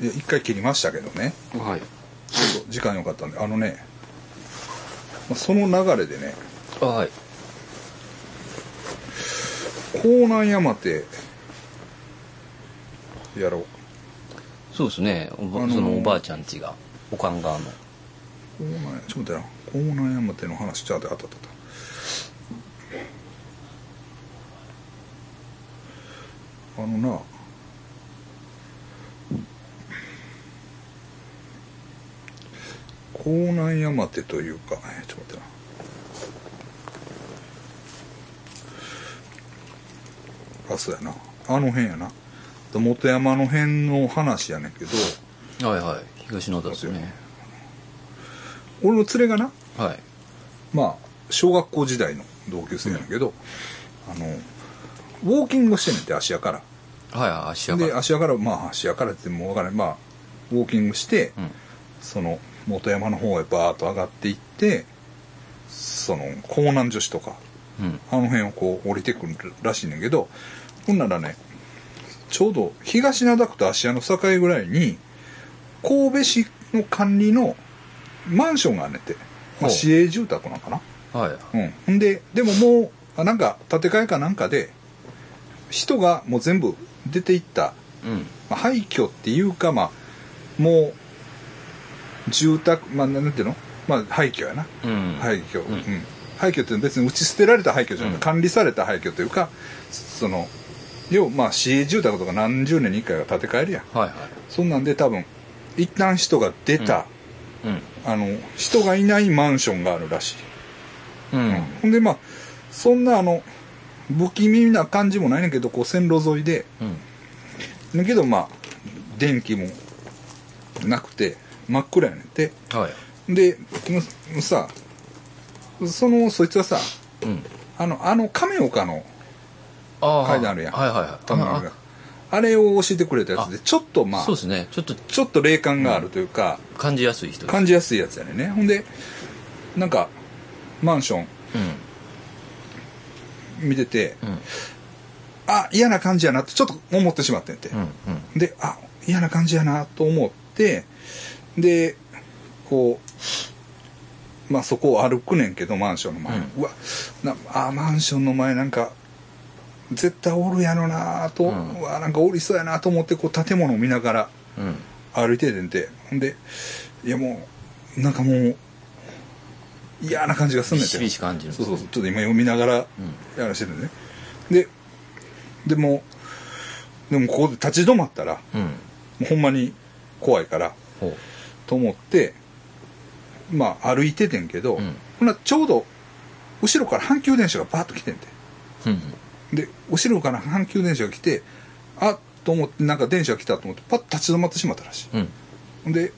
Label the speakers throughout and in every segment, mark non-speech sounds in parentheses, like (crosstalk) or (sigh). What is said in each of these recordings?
Speaker 1: いや一回切りましたけどね
Speaker 2: はい
Speaker 1: ちょっと時間良かったんであのね、まあその流れでね
Speaker 2: はい
Speaker 1: 江南山手やろう
Speaker 2: そうですねおば
Speaker 1: あのー
Speaker 2: そのおばあちゃんちがおかん側の
Speaker 1: 江南ちょっと待ってな江南山手の話ちゃうであったあったあったあのな江南山手というかえーちょっと待ってなあそうやなあの辺やな元山の辺の話やねんけど
Speaker 2: はいはい東野田ですね
Speaker 1: 俺の連れがな
Speaker 2: はい
Speaker 1: まあ小学校時代の同級生やねんけど、あのウォーキングしてんねんって芦屋から
Speaker 2: はいはい足上
Speaker 1: で
Speaker 2: がる
Speaker 1: 芦屋からまあ芦屋からってもう分からないまあウォーキングして、
Speaker 2: うん
Speaker 1: その元山の方へバーッと上がっていってその江南女子とか
Speaker 2: うん
Speaker 1: あの辺をこう降りてくるらしいねんけどほんならねちょうど東灘区と芦屋の境ぐらいに神戸市の管理のマンションがあんねんて、ま
Speaker 2: ほ
Speaker 1: あ、
Speaker 2: う
Speaker 1: 市営住宅なんかな
Speaker 2: はい
Speaker 1: うん、ほんででももうあなんか建て替えかなんかで人がもう全部出ていった、
Speaker 2: うん
Speaker 1: まあ、廃墟っていうかまあもう住宅まあなんていうの、まあ、廃墟やな、
Speaker 2: うん
Speaker 1: 廃墟、う
Speaker 2: うんん
Speaker 1: 廃墟って別に打ち捨てられた廃墟じゃなくて、
Speaker 2: うん
Speaker 1: 管理された廃墟というかその要はまあ市営住宅とか何十年に一回は建て替えるやん
Speaker 2: はいはい
Speaker 1: そんなんで多分一旦人が出た、
Speaker 2: うん
Speaker 1: あの人がいないマンションがあるらしい
Speaker 2: うん
Speaker 1: ほんでまあそんなあの不気味な感じもないねんけどこう線路沿いで
Speaker 2: うん
Speaker 1: だけどまあ電気もなくて真っ暗やねんて
Speaker 2: はい
Speaker 1: でむさそのそいつはさ
Speaker 2: うん
Speaker 1: あのあの亀岡の
Speaker 2: あー
Speaker 1: 階段あるやん
Speaker 2: はいはいはい
Speaker 1: あのあれを教えてくれたやつでちょっとまあ
Speaker 2: そうですねちょっと
Speaker 1: ちょっと霊感があるというか、
Speaker 2: 感じやすい人です
Speaker 1: 感じやすいやつやねんねほんでなんかマンション見てて、
Speaker 2: うんうん
Speaker 1: あ嫌な感じやなってちょっと思ってしまってんて、
Speaker 2: うんうん
Speaker 1: であ嫌な感じやなと思ってでこうまあそこを歩くねんけどマンションの前、う
Speaker 2: うん
Speaker 1: わなあマンションの前なんか絶対おるやろなと、う
Speaker 2: うん
Speaker 1: わなんかおりそうやなと思ってこう建物を見ながら
Speaker 2: うん
Speaker 1: 歩いててんてほんでいやもうなんかもう嫌な感じがすん
Speaker 2: ビ
Speaker 1: ねんて
Speaker 2: シビシ感じる
Speaker 1: そうそうそうちょっと今読みながら
Speaker 2: う
Speaker 1: やらしてるね、ででもでもここで立ち止まったら
Speaker 2: うん
Speaker 1: もうほんまに怖いから
Speaker 2: ほう
Speaker 1: と思ってまあ歩いててんけど、
Speaker 2: うん
Speaker 1: ほんならちょうど後ろから阪急電車がバーッと来てんて
Speaker 2: うん
Speaker 1: で後ろから阪急電車が来てあっと思ってなんか電車が来たと思ってパッと立ち止まってしまったらしい
Speaker 2: うん
Speaker 1: ほんで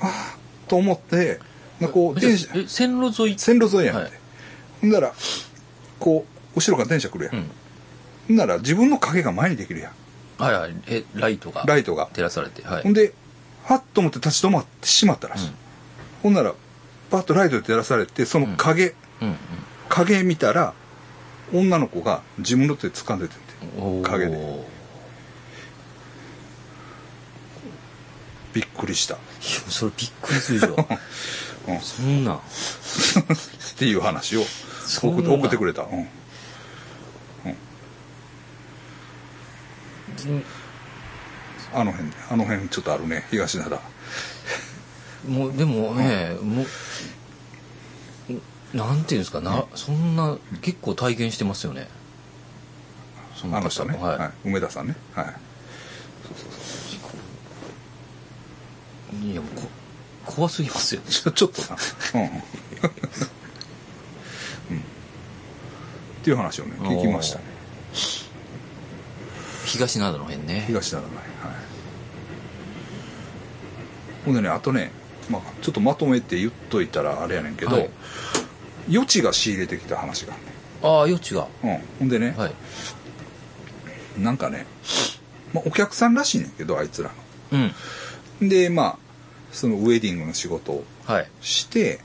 Speaker 1: ああと思ってなんかこう
Speaker 2: え
Speaker 1: 電車
Speaker 2: え線路沿い
Speaker 1: 線路沿いやんて、
Speaker 2: はい
Speaker 1: ほんだらこう後ろから電車来るやん、
Speaker 2: うん
Speaker 1: ほんなら自分の影が前にできるやん
Speaker 2: はいはいえライトが
Speaker 1: ライトが
Speaker 2: 照らされてはい
Speaker 1: ほんではっと思って立ち止まってしまったらしい、
Speaker 2: うん
Speaker 1: ほんならパッとライトで照らされてその影、
Speaker 2: うん
Speaker 1: 影見たら女の子が自分の手掴んでてんて
Speaker 2: うんおー
Speaker 1: 影でびっくりした (laughs) っ
Speaker 2: いやそれびっくりするでしょ、
Speaker 1: (laughs) うん
Speaker 2: そんなん
Speaker 1: ていう話を送
Speaker 2: ん
Speaker 1: っ
Speaker 2: な
Speaker 1: て送ってくれた、うん、あの辺あの辺ちょっとあるね東灘
Speaker 2: もうでもね、もうなんていうんですかな、そんな結構体験してますよねそ
Speaker 1: あの人ね、
Speaker 2: はい、
Speaker 1: はい梅田さんねはい
Speaker 2: (laughs) い、やもうこ怖すぎますよ
Speaker 1: ちょちょっとな。うん。うん。っていう話をね、聞きましたね。
Speaker 2: 東灘の辺ね
Speaker 1: 東田の前。はい。ほんでね、あとね、まあ、ちょっとまとめて言っといたらあれやねんけど、
Speaker 2: はい
Speaker 1: 余地が仕入れてきた話があん
Speaker 2: ああ余地が
Speaker 1: ねんうん。ほんでね、
Speaker 2: はい
Speaker 1: なんかね、まあ、お客さんらしいねんけど、あいつら
Speaker 2: うん
Speaker 1: の。で、まあ、そのウェディングの仕事を
Speaker 2: はい
Speaker 1: して、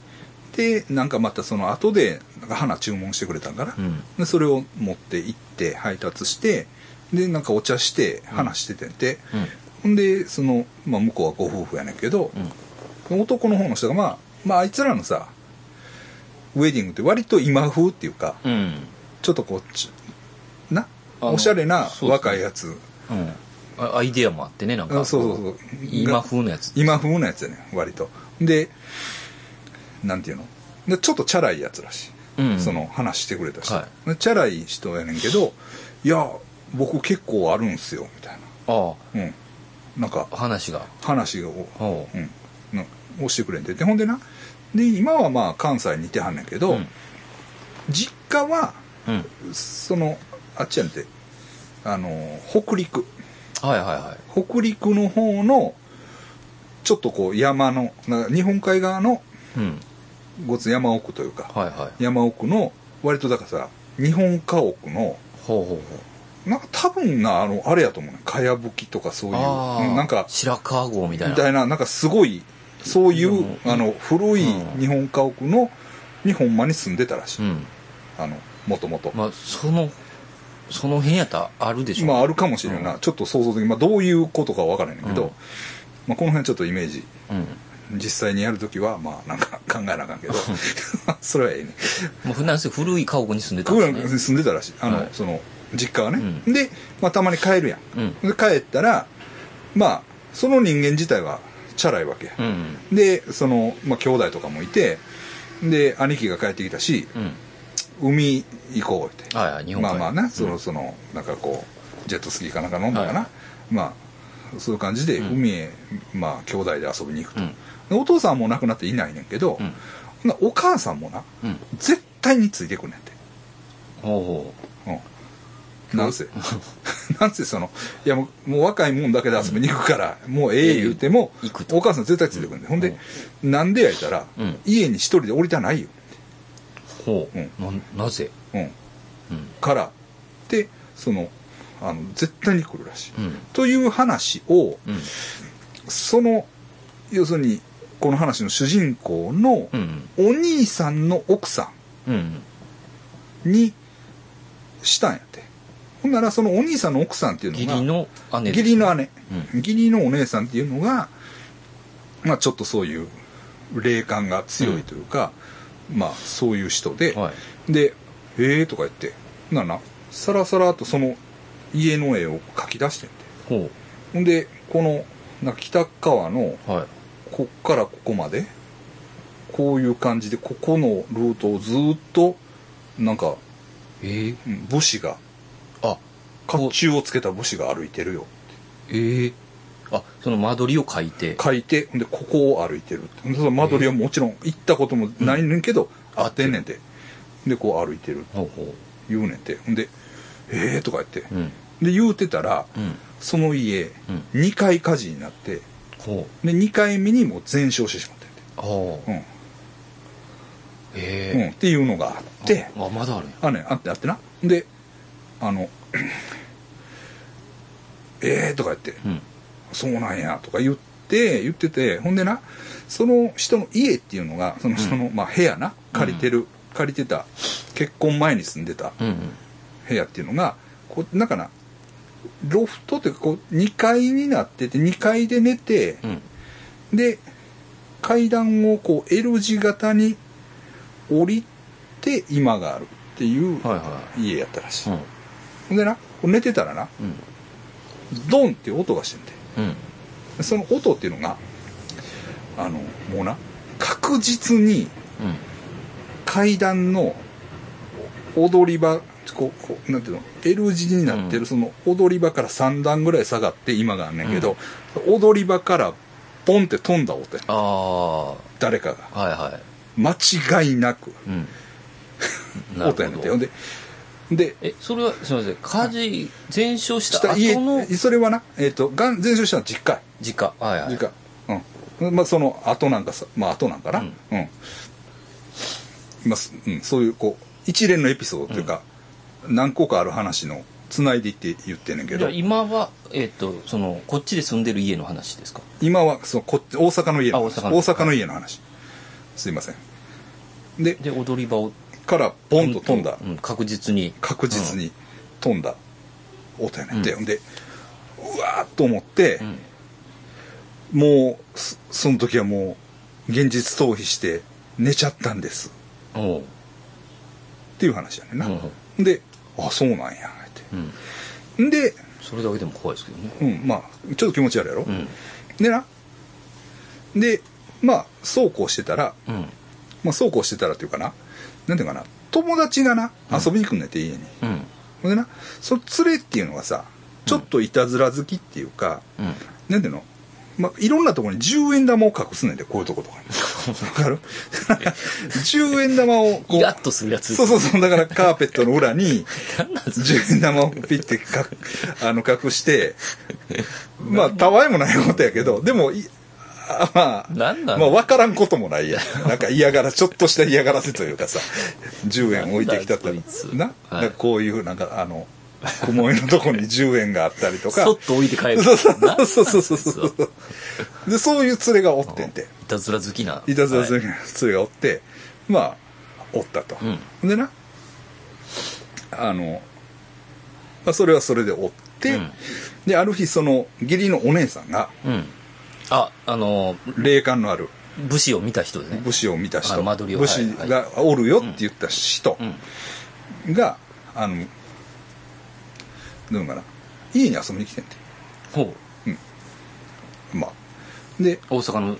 Speaker 1: で、なんかまたその後で、なんか花注文してくれたんかな。
Speaker 2: うん
Speaker 1: でそれを持って行って配達してでなんかお茶して話しててんて、
Speaker 2: うん
Speaker 1: ほんでその、まあ、向こうはご夫婦やねんけど、男の方の人が、まあ、まああいつらのさウェディングって割と今風っていうか
Speaker 2: うん
Speaker 1: ちょっとこうちな
Speaker 2: あの
Speaker 1: おしゃれな
Speaker 2: そうそう
Speaker 1: 若いやつ
Speaker 2: うんあアイデアもあってねなんか
Speaker 1: あそうそうそう
Speaker 2: 今風のやつ
Speaker 1: 今風のやつやねん割とでなんていうのでちょっとチャラいやつらしい
Speaker 2: うん
Speaker 1: その話してくれた人、
Speaker 2: は
Speaker 1: でチャラい人やねんけど「いや僕結構あるんすよ」みたい
Speaker 2: あ
Speaker 1: なうんなんか
Speaker 2: あ話が
Speaker 1: 話を、
Speaker 2: ほう
Speaker 1: うん、なをしてくれんてでほんでなで今はまあ関西にいてはんねんけど、
Speaker 2: うん
Speaker 1: 実家は
Speaker 2: うん
Speaker 1: そのあっちやんてあの北陸
Speaker 2: はいはいはい
Speaker 1: 北陸の方のちょっとこう山のなんか日本海側の
Speaker 2: うん
Speaker 1: ごつ山奥というか
Speaker 2: はいはい
Speaker 1: 山奥の割とだからさ日本家屋の
Speaker 2: ほうほうほう
Speaker 1: なんか多分なあのあれやと思うねかやぶきとかそういう
Speaker 2: あ
Speaker 1: う
Speaker 2: あ
Speaker 1: んなんか
Speaker 2: 白川郷みたい
Speaker 1: み
Speaker 2: な
Speaker 1: たいななんかすごいそういう、
Speaker 2: うん
Speaker 1: あの古い
Speaker 2: うん
Speaker 1: 日本家屋のにほんまに住んでたらしい、
Speaker 2: うん
Speaker 1: あのもともと
Speaker 2: まあそのその辺やったらあるでしょ
Speaker 1: まああるかもしれんな、
Speaker 2: うん
Speaker 1: ちょっと想像的に、まあ、どういうことかは分からへんけど、
Speaker 2: うん
Speaker 1: まあ、この辺ちょっとイメージ
Speaker 2: うん
Speaker 1: 実際にやるときはまあなんか考えなあかんけ
Speaker 2: (laughs)
Speaker 1: どそれはええね
Speaker 2: もうふなんせ古い家屋に住んでたん
Speaker 1: 僕ら
Speaker 2: ですね
Speaker 1: 住んでたらしいあの、
Speaker 2: はい
Speaker 1: その実家はね、
Speaker 2: う
Speaker 1: で、まあ、たまに帰るやん
Speaker 2: うん
Speaker 1: で帰ったらまあその人間自体はチャラいわけや、
Speaker 2: うん
Speaker 1: でその、まあ、兄弟とかもいてで兄貴が帰ってきたし
Speaker 2: うん
Speaker 1: 海行こうって
Speaker 2: はいはい日本
Speaker 1: ま
Speaker 2: 海
Speaker 1: あまあなそのそのなんかこうジェットスキーかなんか飲んだかな、
Speaker 2: は
Speaker 1: まあそういう感じで
Speaker 2: うん
Speaker 1: 海へ、まあ兄弟で遊びに行くと、
Speaker 2: うん
Speaker 1: でお父さんはもう亡くなっていないねんけど、
Speaker 2: うん
Speaker 1: ほなお母さんもな
Speaker 2: うん
Speaker 1: 絶対についてくんねんて
Speaker 2: ほうほ
Speaker 1: うん、なんせ (laughs) なんせそのいやもうもう若いもんだけで遊びに行くから、もうええ言うても、
Speaker 2: 行くと
Speaker 1: お母さん絶対ついてくるんで、ほんで、なんでや言ったら、
Speaker 2: うん
Speaker 1: 家に一人で降りたないよ、
Speaker 2: うほう、
Speaker 1: うん
Speaker 2: ななぜ
Speaker 1: うん、
Speaker 2: うん
Speaker 1: からでそのあの絶対に来るらしい、
Speaker 2: うん
Speaker 1: という話を
Speaker 2: うん
Speaker 1: その要するにこの話の主人公の
Speaker 2: うん
Speaker 1: お兄さんの奥さん
Speaker 2: うん
Speaker 1: にしたんやってほんならそのお兄さんの奥さんっていうのが
Speaker 2: 義理の姉です
Speaker 1: 義理の姉、
Speaker 2: う
Speaker 1: 義理のお姉さんっていうのが、まあ、ちょっとそういう霊感が強いというか、まあそういう人で、
Speaker 2: はい
Speaker 1: で「ええー」とか言ってほんならなさらさらっとその家の絵を描き出してんて
Speaker 2: ほ
Speaker 1: ほんでこのなんか北川の
Speaker 2: うはい
Speaker 1: こっからここまでこういう感じでここのルートをずーっとなんか
Speaker 2: ええ
Speaker 1: うん武士が
Speaker 2: あ
Speaker 1: 甲冑をつけた武士が歩いてるよ
Speaker 2: ええあその間取りを書いて
Speaker 1: 書いてほんでここを歩いてるってその間取りはもちろん行ったこともないねんけど、
Speaker 2: うん
Speaker 1: 合ってんねんてでこう歩いてる
Speaker 2: ほうほ
Speaker 1: 言うねんてほんで「ええー」とか言って
Speaker 2: ううん
Speaker 1: で言うてたら
Speaker 2: うん
Speaker 1: その家、
Speaker 2: うん
Speaker 1: 二2回火事になって
Speaker 2: ほ
Speaker 1: で2回目にもう全焼してしまって
Speaker 2: うああ
Speaker 1: んて、
Speaker 2: え
Speaker 1: うん
Speaker 2: え
Speaker 1: うん、っていうのがあって
Speaker 2: ああまだあるんや
Speaker 1: あねあってあってなであの (clears throat) 「ええー」とか言って
Speaker 2: うん
Speaker 1: そうなんやとか言って言っててほんでなその人の家っていうのがその人の、まあ、部屋な借りてる、借りてた結婚前に住んでた
Speaker 2: うんうん
Speaker 1: 部屋っていうのがこうなんかなロフトっていうかこう2階になってて2階で寝て
Speaker 2: うん
Speaker 1: で階段をこう L 字型に降りて今があるっていう
Speaker 2: はいは
Speaker 1: 家やったらしい、
Speaker 2: い
Speaker 1: ほんでなこう寝てたらな
Speaker 2: うんうん
Speaker 1: ドンっていう音がしてんて
Speaker 2: うん
Speaker 1: その音っていうのがあのもうな確実に
Speaker 2: うん
Speaker 1: 階段の踊り場こうこうなんていうの L 字になって
Speaker 2: う
Speaker 1: る
Speaker 2: ん
Speaker 1: その踊り場から3段ぐらい下がって今があんねんけど、踊り場からポンって飛んだ音や
Speaker 2: ああは
Speaker 1: 誰かが
Speaker 2: いは
Speaker 1: 間違いなく
Speaker 2: い
Speaker 1: (laughs)
Speaker 2: うんなるほ
Speaker 1: 音やねんてほん
Speaker 2: ど
Speaker 1: でで
Speaker 2: えそれはすみません火事全焼し
Speaker 1: したた家
Speaker 2: 後の
Speaker 1: それはな、えっとがん全焼したのは実家
Speaker 2: 実家はいはい
Speaker 1: 時間、うんまあその後なんかさまあ後なんかなう
Speaker 2: うんん、
Speaker 1: まあすうん、そういうこう一連のエピソードっていうか、何個かある話のつないでいって言ってんねんけ
Speaker 2: じゃ
Speaker 1: ど
Speaker 2: あ今はえっ、とそのこっちで住んでる家の話ですか
Speaker 1: 今はそうこっち大阪の家の話
Speaker 2: あ大阪
Speaker 1: 大
Speaker 2: の
Speaker 1: 阪の家の話すいませんで
Speaker 2: で踊り場を
Speaker 1: からボンと飛んだ、
Speaker 2: うん、確実に
Speaker 1: 確実に飛んだ音やねんて、
Speaker 2: う
Speaker 1: でうわーっと思って、
Speaker 2: うん
Speaker 1: もうそその時はもう現実逃避して寝ちゃったんです
Speaker 2: おう
Speaker 1: っていう話やねんな、
Speaker 2: うん
Speaker 1: であそうなんや
Speaker 2: うん
Speaker 1: ってんで、
Speaker 2: それだけでも怖いですけどね
Speaker 1: うん、まあちょっと気持ち悪いやろ、
Speaker 2: うん
Speaker 1: でなでまあそうこうしてたら
Speaker 2: うん
Speaker 1: まあそうこうしてたらっていうかななんていうかな友達がな遊びに来んねんって家に、
Speaker 2: うん
Speaker 1: ほんでなその連れっていうのがさちょっといたずら好きっていうか、
Speaker 2: うん
Speaker 1: なんていうのまあ、いろんなところに10円玉を隠すねんで、こういうとことか
Speaker 2: (laughs)
Speaker 1: に。わかる (laughs) ?10 円玉をこう。
Speaker 2: イラッとするやつ
Speaker 1: そうそうそう。だからカーペットの裏に、
Speaker 2: 何なんですか
Speaker 1: 10円玉をピッてか (laughs) あの隠して、まあ、たわいもないことやけど、でもい、あまあ、
Speaker 2: なんなん
Speaker 1: まあ、わからんこともないや。なんか嫌がら、ちょっとした嫌がらせというかさ、10円置いてきたって
Speaker 2: なんだこいつ
Speaker 1: な、
Speaker 2: はい
Speaker 1: なんかこういう、なんかあの、雲井のとこに10円があったりとか。
Speaker 2: そっと置いて帰る
Speaker 1: そうそう
Speaker 2: 何なんです
Speaker 1: そう
Speaker 2: か
Speaker 1: そうそうそう。で、そういう連れがおってんて。
Speaker 2: いたずら好きない
Speaker 1: たずら連
Speaker 2: き
Speaker 1: れがおって、まあ、おったと。でな、あの、まあ、それはそれでおって、
Speaker 2: うん
Speaker 1: で、ある日、その、義理のお姉さんが、
Speaker 2: うん、うん、ああの
Speaker 1: 霊感のある
Speaker 2: 武士を見た人でね
Speaker 1: 武士を見た人、
Speaker 2: あ間取りを
Speaker 1: 武士
Speaker 2: はい
Speaker 1: がおるよって言った人
Speaker 2: うん
Speaker 1: が、あの、どういうのかな、家に遊びに来てんて。
Speaker 2: ほ
Speaker 1: まあ。で、
Speaker 2: う大阪の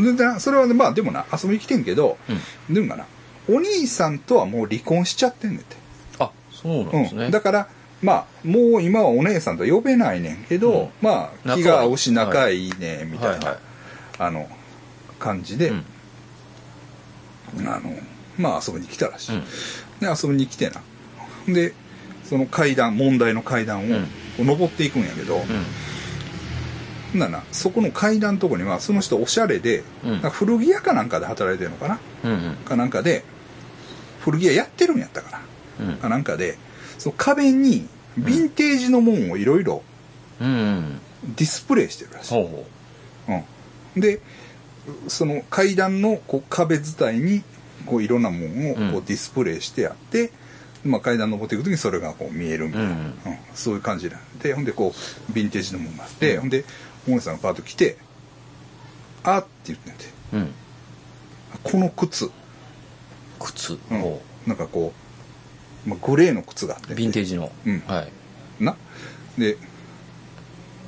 Speaker 1: うん。でな、それはね、まあでもな、遊びに来てんけど、
Speaker 2: うん
Speaker 1: でもかな、お兄さんとはもう離婚しちゃってんねんて。
Speaker 2: あそうなんですね、
Speaker 1: うん。だから、まあ、もう今はお姉さんと呼べないねんけど、
Speaker 2: うん
Speaker 1: まあ、気が合うし
Speaker 2: 仲
Speaker 1: 仲
Speaker 2: はい
Speaker 1: いね、みたいな、
Speaker 2: はいはい
Speaker 1: あの、感じで、
Speaker 2: うん
Speaker 1: あの、まあ遊びに来たらしい。
Speaker 2: うん
Speaker 1: で、遊びに来てな。で、その階段、問題の階段を、
Speaker 2: ん
Speaker 1: こう登っていくんやけど、ほんならなそこの階段のとこにはその人おしゃれで、
Speaker 2: うん
Speaker 1: なんか古着屋かなんかで働いてるのかな
Speaker 2: うんうん
Speaker 1: かなんかで古着屋やってるんやったか
Speaker 2: うん
Speaker 1: なかなんかでその壁にヴィンテージのもんをいろいろ
Speaker 2: うんうん
Speaker 1: ディスプレイしてるらしい、
Speaker 2: ほうほ
Speaker 1: うん、でその階段のこう壁伝いにこういろんなもんをこ
Speaker 2: う
Speaker 1: うんディスプレイしてあって、まあ、階段登っていく時にそれがこう見えるみたいな、
Speaker 2: うん
Speaker 1: うんそういう感じなんでほんでこうヴィンテージのもんがあって、ほんで大野さんがパーッと来て「あっ」って言ってんて
Speaker 2: ううん
Speaker 1: 「この靴」
Speaker 2: 靴、
Speaker 1: うん
Speaker 2: ほ
Speaker 1: なんかこう、まあ、グレーの靴があって
Speaker 2: うんヴィンテー
Speaker 1: ジ
Speaker 2: ジの、
Speaker 1: うん
Speaker 2: はい
Speaker 1: なで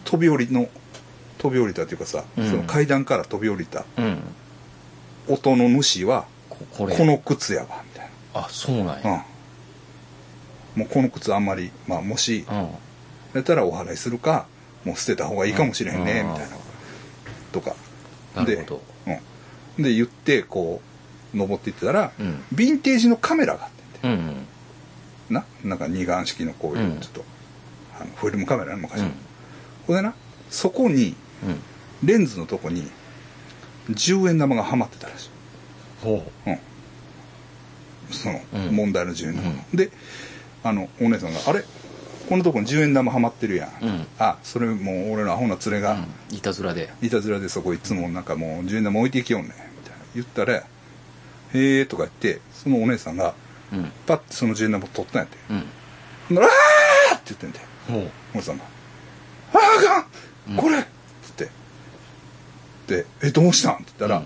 Speaker 1: 飛び降りの飛び降りたっていうかさ、
Speaker 2: うん
Speaker 1: その階段から飛び降りた
Speaker 2: うん
Speaker 1: 音の主は
Speaker 2: ここれ
Speaker 1: この靴やわみたい
Speaker 2: あそうなんや
Speaker 1: な、うん、もうこの靴あんまり、まあ、もし
Speaker 2: うん、うん
Speaker 1: やったらお払いするかもう捨てた方がいいかもしれんね、みたいなとか
Speaker 2: なるほど
Speaker 1: で,、うん、で言ってこう登っていってたら、
Speaker 2: うん
Speaker 1: ヴィンテージのカメラがあって
Speaker 2: うんうん
Speaker 1: ななんか二眼式のこういう
Speaker 2: うん
Speaker 1: ちょっと、あのフィルムカメラの昔
Speaker 2: う
Speaker 1: の、
Speaker 2: ん
Speaker 1: ほんでなそこに
Speaker 2: うん
Speaker 1: レンズのとこに10円玉がはまってたらしい、
Speaker 2: ほ
Speaker 1: うん、その
Speaker 2: うん
Speaker 1: 問題の10円玉、であのお姉さんが「あれこのとこに10円玉はまってるやん」
Speaker 2: うん
Speaker 1: あそれもう俺のアホな連れ
Speaker 2: う、
Speaker 1: が、
Speaker 2: うん、いたずらで
Speaker 1: いたずらでそこいつもなんかもう10円玉置いていきよんねん」みたいな言ったら「へえ」とか言ってそのお姉さんが
Speaker 2: うん
Speaker 1: パッてその10円玉取ったんやって
Speaker 2: うん
Speaker 1: 「ほんならあー!」って言ってんだよ
Speaker 2: ほう
Speaker 1: 森さんが「ああかんこれ!」っつって「でえどうしたん?」って言ったら、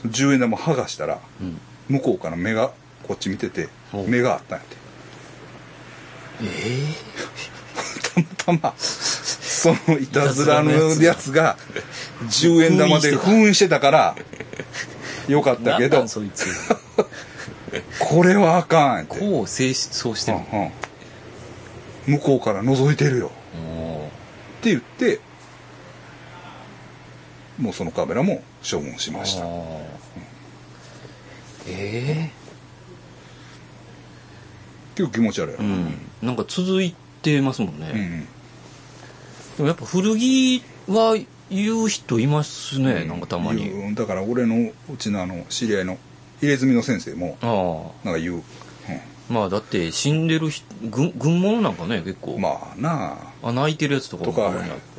Speaker 1: その10円玉剥がしたら
Speaker 2: うん
Speaker 1: 向こうから目がこっち見てて
Speaker 2: お
Speaker 1: 目があったんやって
Speaker 2: え
Speaker 1: たまたまそのいたずらのやつが10円玉で
Speaker 2: 封
Speaker 1: 封印してたからよかっ
Speaker 2: え
Speaker 1: たけ
Speaker 2: なん
Speaker 1: ど
Speaker 2: なんそいつ
Speaker 1: これはあかんって、
Speaker 2: こう性質そうしてる
Speaker 1: うんうん向こうから覗いてるよっ
Speaker 2: お
Speaker 1: て言ってもうそのカメラも処分しました
Speaker 2: ーえ
Speaker 1: 結構気持ち悪いや
Speaker 2: え
Speaker 1: ろ
Speaker 2: うんなんか続いてますもんね、
Speaker 1: うん
Speaker 2: でもやっぱ古着は言う人いますね、なんかたまに
Speaker 1: 言うだから俺のうちのあの知り合いの入れ墨の先生も
Speaker 2: あ
Speaker 1: なんか言う、
Speaker 2: あまあだって死んでる人軍軍物なんかね結
Speaker 1: う
Speaker 2: 構、
Speaker 1: ん、まあなあ
Speaker 2: あ泣いてるやつとか
Speaker 1: と
Speaker 2: も
Speaker 1: か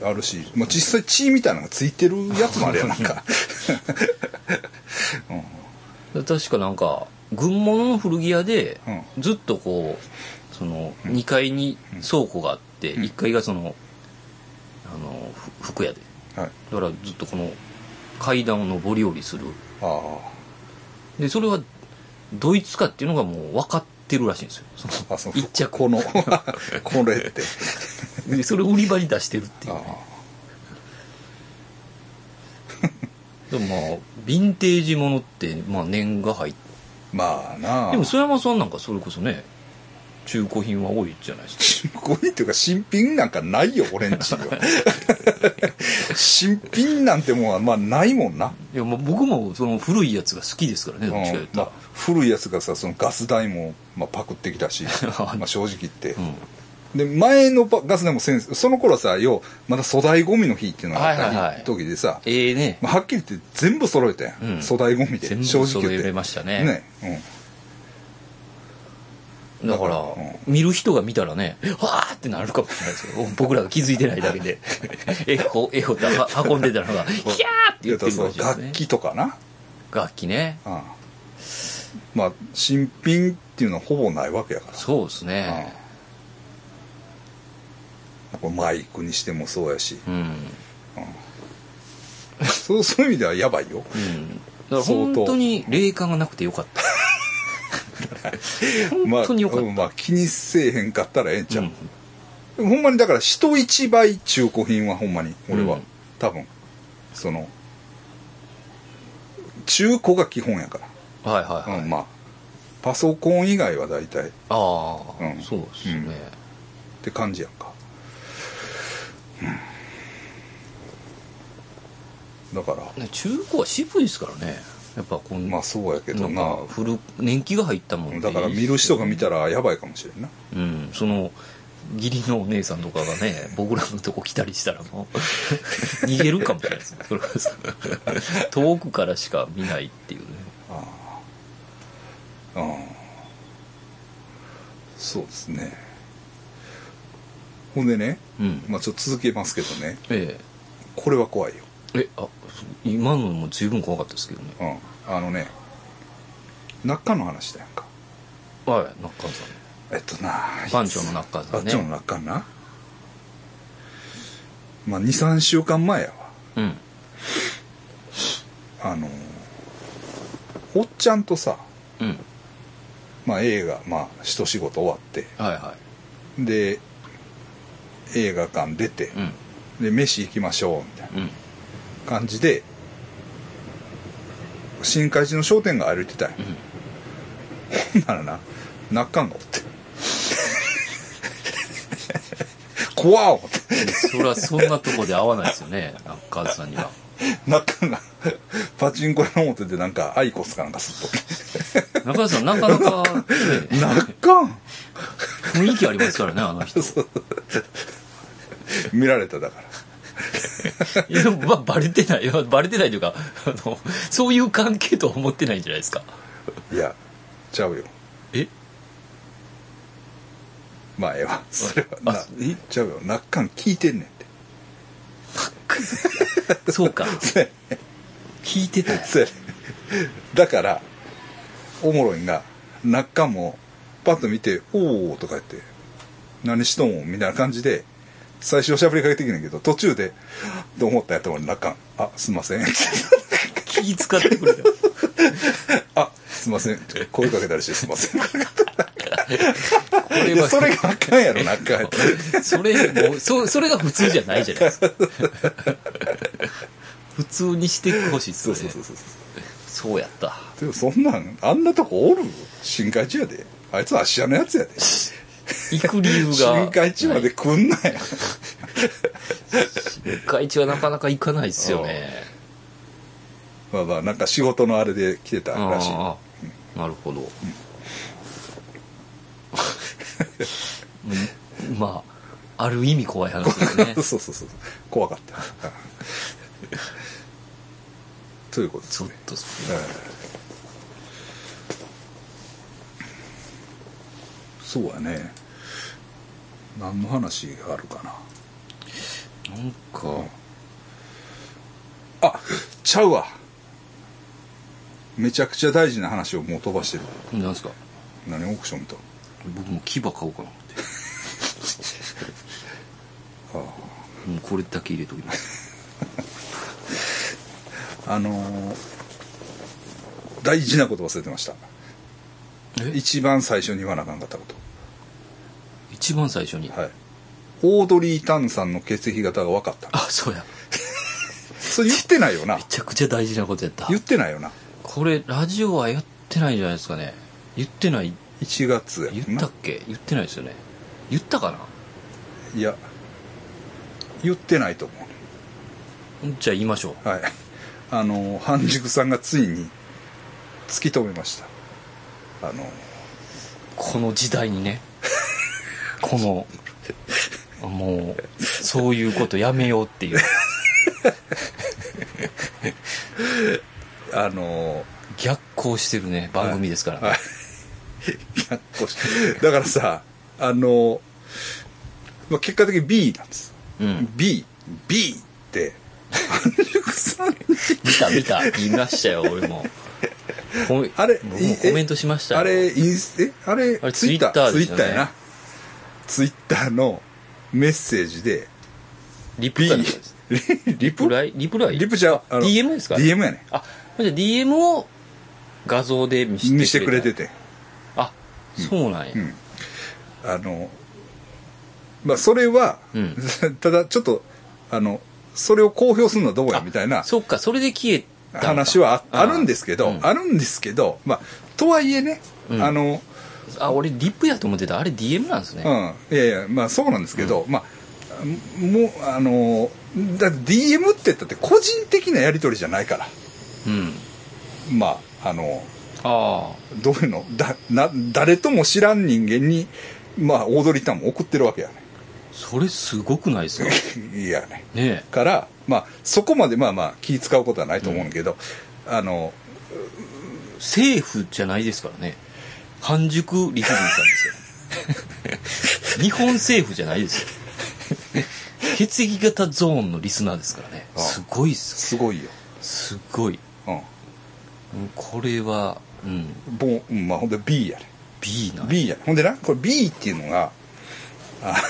Speaker 1: あるし、まあ、実際血みたいなのがついてるやつもあるやんなん
Speaker 2: (laughs)
Speaker 1: か
Speaker 2: 確かなんか軍物の古着屋で、
Speaker 1: う
Speaker 2: ずっとこうその2階に倉庫があって、1階がそのあのふ服屋で
Speaker 1: はい
Speaker 2: だからずっとこの階段を上り下りする
Speaker 1: ああ
Speaker 2: でそれはドイツかっていうのがもう分かってるらしいんですよその
Speaker 1: あその
Speaker 2: 一着
Speaker 1: この (laughs) これって (laughs)
Speaker 2: でそれを売り場に出してるっていう
Speaker 1: あ
Speaker 2: ねでもまあヴィンテージものって、まあ、年が入って
Speaker 1: あまあなあ
Speaker 2: でも曽山さんなんかそれこそね中古品は多いじゃないですか
Speaker 1: 中古品っていうか新品なんかないよ俺んち
Speaker 2: (laughs)
Speaker 1: には新品なんてもんはまあないもんな、
Speaker 2: いやもう僕もその古いやつが好きですからね
Speaker 1: う
Speaker 2: どっちか言
Speaker 1: ん
Speaker 2: った
Speaker 1: まあ
Speaker 2: ら、、
Speaker 1: 古いやつがさそのガス代も、まあ、パクってきた
Speaker 2: (laughs)
Speaker 1: しまあ正直言って、で前のパガス代も先生その頃さ要はまだ粗大ゴミの日っていうのがあ
Speaker 2: はいはい
Speaker 1: っ
Speaker 2: は
Speaker 1: た
Speaker 2: い
Speaker 1: 時でさ、
Speaker 2: ええね
Speaker 1: まあはっきり言って全部揃えたやん、
Speaker 2: うん
Speaker 1: 粗大ゴミで
Speaker 2: 全部
Speaker 1: 正直
Speaker 2: 揃
Speaker 1: 言っ
Speaker 2: え
Speaker 1: て
Speaker 2: ましたね
Speaker 1: ねうん
Speaker 2: だから、
Speaker 1: う
Speaker 2: 見る人が見たらね「わー!」ってなるかもしれないです
Speaker 1: (laughs)
Speaker 2: よ僕らが気づいてないだけでエホエホっては運んでたのが「ヒャー!」って言ってるかもしれないですね
Speaker 1: 楽器とかな、
Speaker 2: 楽器ね
Speaker 1: うんまあ新品っていうのはほぼないわけやから
Speaker 2: そうですね
Speaker 1: うんこれマイクにしてもそうやし
Speaker 2: うん、
Speaker 1: そうそういう意味ではやばいよ
Speaker 2: うん、だから本当に霊感がなくてよかった
Speaker 1: (laughs) ま
Speaker 2: 本
Speaker 1: あ
Speaker 2: 当によかった、
Speaker 1: うんまあ気にせえへんかったらええんちゃう、ほんまにだから人一倍中古品はほんまに俺は、
Speaker 2: うん
Speaker 1: 多分その中古が基本やから
Speaker 2: うんはいはいはい、
Speaker 1: うん、まあパソコン以外は大体っ
Speaker 2: ああ、
Speaker 1: うん
Speaker 2: そうですね、
Speaker 1: うんて感じやんか、うん、だから
Speaker 2: ね中古は渋いですからねやっぱこん
Speaker 1: まあそうやけど
Speaker 2: な
Speaker 1: なん
Speaker 2: か古年季が入ったもん
Speaker 1: だ
Speaker 2: で
Speaker 1: から見る人が見たらやばいかもしれんな
Speaker 2: うんその義理のお姉さんとかがね僕らのとこ来たりしたらもう (laughs) 逃げるかもしれないですそれこそ遠くからしか見ないっていうね
Speaker 1: ああうんそうですねほんでね、
Speaker 2: うん
Speaker 1: まあちょっと続けますけどね
Speaker 2: え
Speaker 1: これは怖いよ
Speaker 2: ええあそう今のも十分怖かったですけどね
Speaker 1: うんあのね中の話だやんか
Speaker 2: はい中川さん
Speaker 1: えっとな
Speaker 2: パンチョの中川さ
Speaker 1: バ
Speaker 2: ん
Speaker 1: ッチョの
Speaker 2: ね
Speaker 1: 楽観な。まあ、2、3週間前や
Speaker 2: うん
Speaker 1: わ。あのー、おっちゃんとさ、
Speaker 2: うん
Speaker 1: まあ映画、まあ、一仕事終わって、
Speaker 2: はいは
Speaker 1: で、映画館出て
Speaker 2: い、うん
Speaker 1: で、飯行きましょう、みたいな
Speaker 2: うん
Speaker 1: 感じで、新海寺の商店街歩いてたんや。ほんならな、泣かんがおって。怖っ思って。
Speaker 2: それはそんなとこで会わないですよね (laughs) 中川さんには
Speaker 1: 中がパチンコ屋の表でなんかアイコスかなんかすっ
Speaker 2: 中川さんなかなか、
Speaker 1: と (laughs)
Speaker 2: ね、
Speaker 1: 中
Speaker 2: 雰囲気ありますからねあの人
Speaker 1: 見られただから
Speaker 2: いや、まあ、バレてないいや。バレてないというか、あの、そういう関係とは思ってないんじゃないですか。
Speaker 1: いやちゃうよ
Speaker 2: え
Speaker 1: まあええわそれはな
Speaker 2: あ
Speaker 1: えちゃうよ中聞いてんねんって
Speaker 2: そうか。
Speaker 1: そうや (laughs) ね
Speaker 2: 聞いてたよ。
Speaker 1: そうやね (laughs) だからおもろいんが中もパッと見て「おお」とか言って「何しとん?」みたいな感じで最初しゃべりかけてきてんけど途中で「と思ったやつも中あすいません」
Speaker 2: 気使ってくれた。
Speaker 1: あ、すいません。 (laughs) 声かけたりしてすいません。
Speaker 2: これ
Speaker 1: いやそれがあかんやろ、なんか。
Speaker 2: (laughs) それ、もう、そ、それが普通じゃないじゃないですか。 (laughs) 普通にしてほしいっす
Speaker 1: そう
Speaker 2: ね。
Speaker 1: そうそうそう。
Speaker 2: そうやった。
Speaker 1: でもそんなん、あんなとこおる深海地やで。あいつは芦屋のやつやで。
Speaker 2: 行く理由が。
Speaker 1: 深海地まで来んなや。
Speaker 2: 深海地はなかなか行かないっすよね。
Speaker 1: まあまあ、なんか仕事のあれで来てた
Speaker 2: あ
Speaker 1: らしい。
Speaker 2: あなるほど、うん (laughs) まあある意味怖い話ですね
Speaker 1: (laughs) そうそうそう。怖かった。 (laughs) うんということで
Speaker 2: ち
Speaker 1: す
Speaker 2: ょっ
Speaker 1: ね。
Speaker 2: とそ
Speaker 1: うんそうやね。何の話があるかな。
Speaker 2: れなんか
Speaker 1: あちゃうわめちゃくちゃ大事な話をもう飛ばしてる
Speaker 2: なんですか
Speaker 1: 何オークション見た
Speaker 2: 僕も牙買おうか
Speaker 1: (laughs)
Speaker 2: なって
Speaker 1: ああ
Speaker 2: もうこれだけ入れときます
Speaker 1: あのー大事なこと忘れてました
Speaker 2: え
Speaker 1: 一番最初に言わなあかんかったこ
Speaker 2: 一番最初に、
Speaker 1: とはいオードリー・タンさんの血液型が分かった
Speaker 2: あそうや
Speaker 1: それ言ってないよな
Speaker 2: めちゃくちゃ大事なことやった
Speaker 1: 言ってないよな
Speaker 2: これラジオはやってないんじゃないですかね言ってない
Speaker 1: 1月やもん
Speaker 2: 言っ
Speaker 1: な
Speaker 2: たっけ言ってないですよね言ったかない
Speaker 1: や言ってないと思
Speaker 2: じゃあ言いましょう
Speaker 1: うはいあの半熟さんがついに突き止めましたあの
Speaker 2: この時代
Speaker 1: (laughs)
Speaker 2: にねこのもうそういうことやめようっていう
Speaker 1: あの (laughs)
Speaker 2: 逆行してるね番組ですから、
Speaker 1: はい逆行してだからさあの、まあ、結果的に B なんです、
Speaker 2: うん
Speaker 1: BB って半熟さんに
Speaker 2: 見た見た見ましたよ俺もほん
Speaker 1: (laughs) あれ
Speaker 2: 僕
Speaker 1: い
Speaker 2: も
Speaker 1: え
Speaker 2: コメントしましたよ
Speaker 1: あれ、インス、えあれ、
Speaker 2: あれ
Speaker 1: ツイッター、
Speaker 2: Twitter
Speaker 1: ツイ
Speaker 2: ですよ
Speaker 1: ッ
Speaker 2: ね
Speaker 1: ターやな。ツイッターのメッセージで、
Speaker 2: リプ
Speaker 1: B
Speaker 2: かなんかです、
Speaker 1: リリ
Speaker 2: リプ
Speaker 1: プ
Speaker 2: ライリプライ
Speaker 1: リプじゃ、
Speaker 2: あ DM ですか
Speaker 1: ?DM やね。
Speaker 2: あじゃあ DM を画像で見せて
Speaker 1: 見してくれてて。
Speaker 2: あそうなんや、
Speaker 1: うんあの、まあ、それは、
Speaker 2: うん
Speaker 1: ただちょっと、あの、それを公表するのはどうやみたいな
Speaker 2: そっかそれで消えたのか
Speaker 1: 話はああるんですけど、
Speaker 2: うん
Speaker 1: あるんですけど、まあ、とはいえね、
Speaker 2: うん
Speaker 1: あの、
Speaker 2: あ俺リプやと思ってたあれ DM なんですね、
Speaker 1: うん、いやいや、まあそうなんですけど、まあ、もう、あの、だって DM って言ったって個人的なやり取りじゃないから、
Speaker 2: うん。
Speaker 1: まあ、あの、
Speaker 2: ああ。
Speaker 1: どういうの、だ、な、誰とも知らん人間に、まあ、オードリータンも送ってるわけや
Speaker 2: それすごくないです
Speaker 1: (laughs)
Speaker 2: か
Speaker 1: ね。いやね。
Speaker 2: ね
Speaker 1: から、まあ、そこまで、まあまあ、気使うことはないと思うんだけど、あの、
Speaker 2: え。政府じゃないですからね。半熟理不尽さ
Speaker 1: (laughs)
Speaker 2: んですよ。日本政府じゃないですよ。血液型ゾーンのリスナーですからね。
Speaker 1: ああ
Speaker 2: すごいっす。
Speaker 1: すごいよ。
Speaker 2: すごい。
Speaker 1: う
Speaker 2: うんこれは、うん、
Speaker 1: ん。ぼうん、まあ、ほんで B やね。
Speaker 2: B な。
Speaker 1: B やね。ほんでな、これ B っていうのが、あ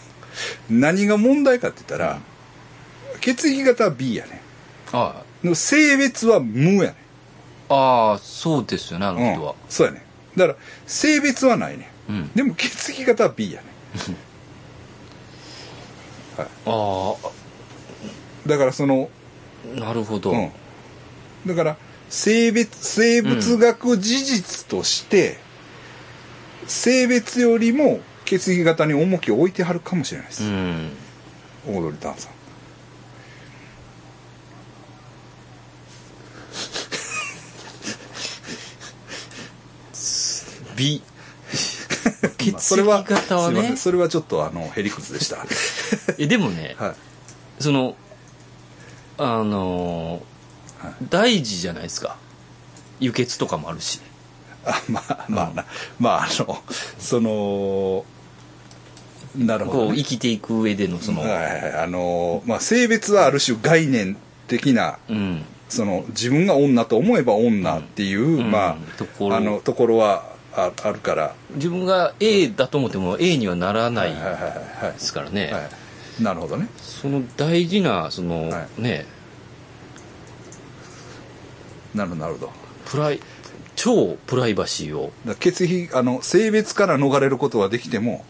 Speaker 1: (laughs) 何が問題かって言ったら、血液型は B やね。
Speaker 2: あ
Speaker 1: の性別は無やね。
Speaker 2: あ。ああ、そうですよね、あの
Speaker 1: うん
Speaker 2: 人は。。
Speaker 1: そうやね。だから、性別はないね。
Speaker 2: うん。
Speaker 1: でも血液型は B やね。
Speaker 2: あ
Speaker 1: だからその、
Speaker 2: あ、なるほど。
Speaker 1: うん。だから、性別、生物学事実として、性別よりも血液型に重きを置いてはるかもしれないで
Speaker 2: う
Speaker 1: す。
Speaker 2: ん。
Speaker 1: オードリー・タンさん。
Speaker 2: B。血
Speaker 1: まあ
Speaker 2: 液型は
Speaker 1: すいませ
Speaker 2: ね
Speaker 1: ん。それはちょっとあのへりくつ
Speaker 2: (laughs)
Speaker 1: でした
Speaker 2: え、でもね、
Speaker 1: はい
Speaker 2: そのあのー
Speaker 1: はい
Speaker 2: 大事じゃないですか輸血とかもあるし
Speaker 1: あまあまあな、まああのそのなるほ
Speaker 2: こ
Speaker 1: ど
Speaker 2: う
Speaker 1: ね、
Speaker 2: 生きていく上でのその、
Speaker 1: はいはいはいあのまあ性別はある種概念的な
Speaker 2: うん
Speaker 1: その自分が女と思えば女っていう、
Speaker 2: ん
Speaker 1: ま
Speaker 2: うん
Speaker 1: あ
Speaker 2: ところ
Speaker 1: あのところはああるから
Speaker 2: 自分が A だと思っても A にはならない
Speaker 1: はいはいはいは
Speaker 2: ですからね、
Speaker 1: い、はい、なるほどね
Speaker 2: その大事なその、
Speaker 1: は
Speaker 2: ね
Speaker 1: なるほどなるほどだか
Speaker 2: プライ超プライバシーを
Speaker 1: ら血液あの性別から逃れることはできても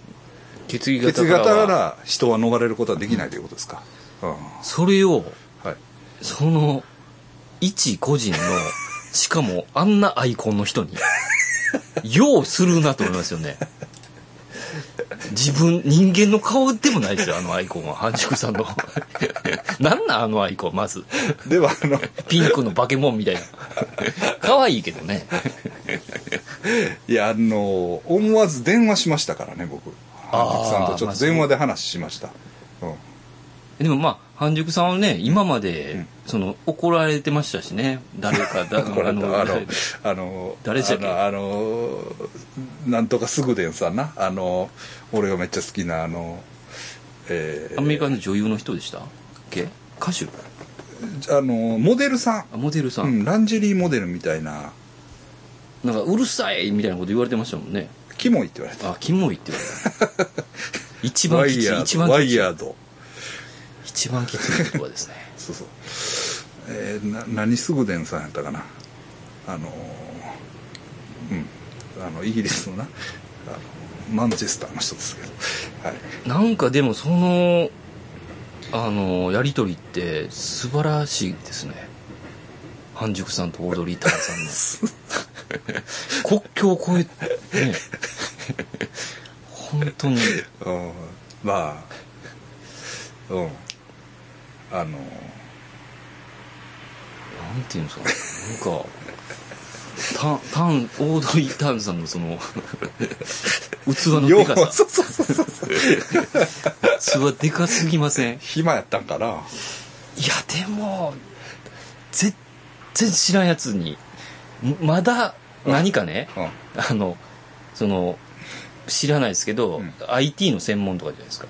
Speaker 2: 血液
Speaker 1: 血
Speaker 2: 型
Speaker 1: 液
Speaker 2: から
Speaker 1: 型か
Speaker 2: は
Speaker 1: ら人は逃れることはできないということですか、うん
Speaker 2: それを
Speaker 1: はい
Speaker 2: その一個人のしかもあんなアイコンの人にようするなと思いますよね自分人間の顔でもないですよあのアイコンは半熟さんのなんなんあのアイコンまず
Speaker 1: ではあの
Speaker 2: ピンクの化け物みたいな可愛いけどね
Speaker 1: いやあの思わず電話しましたからね僕
Speaker 2: あー
Speaker 1: 半熟さんとちょっと電話で話しました、うん
Speaker 2: でもまあ半熟さんはね今まで、
Speaker 1: うん
Speaker 2: その怒られてましたしね誰かだ
Speaker 1: これあのあ
Speaker 2: (laughs)
Speaker 1: の
Speaker 2: 誰でしたっけ
Speaker 1: あのあのなんとかすぐでんさんなあの俺がめっちゃ好きなあのえ
Speaker 2: ア
Speaker 1: ー
Speaker 2: メリカの女優の人でしたっけ歌手
Speaker 1: あのモデルさ
Speaker 2: あモデルさ
Speaker 1: ん、うん、ランジェリーモデルみたいな
Speaker 2: なんかうるさいみたいなこと言われてましたもんね。
Speaker 1: キモいって言われた
Speaker 2: あ、キモいって言わ
Speaker 1: (laughs)
Speaker 2: れた。一番
Speaker 1: ワ
Speaker 2: き
Speaker 1: イ
Speaker 2: つ
Speaker 1: ヤ
Speaker 2: い、
Speaker 1: ー
Speaker 2: 一
Speaker 1: ド
Speaker 2: 番
Speaker 1: ワ
Speaker 2: きつ
Speaker 1: イ
Speaker 2: い
Speaker 1: ヤ。ード
Speaker 2: 一番きつい言葉ですね。
Speaker 1: そうそうえーな何すぐでんさんやったかなあのーうんあのイギリスのなあのマンチェスターの人ですけどはい
Speaker 2: なんかでもそのあのやり取りって素晴らしいですね半熟さんとオードリー・タン
Speaker 1: (laughs)
Speaker 2: さんの国境を越えね本当に
Speaker 1: うんまあうんあの
Speaker 2: なんていうんですかねなんか、タン、タン、オードリー・タンさんの
Speaker 1: (laughs)
Speaker 2: その、器の
Speaker 1: よ
Speaker 2: で
Speaker 1: う
Speaker 2: か
Speaker 1: そ
Speaker 2: さ、
Speaker 1: うそうそう (laughs) そう
Speaker 2: 器でかすぎませんい
Speaker 1: 暇やったんかな
Speaker 2: や、でも、全然知らんやつに、まだ、何かね、
Speaker 1: うん
Speaker 2: あの、その、知らないですけど、
Speaker 1: うん
Speaker 2: IT の専門とかじゃないですか。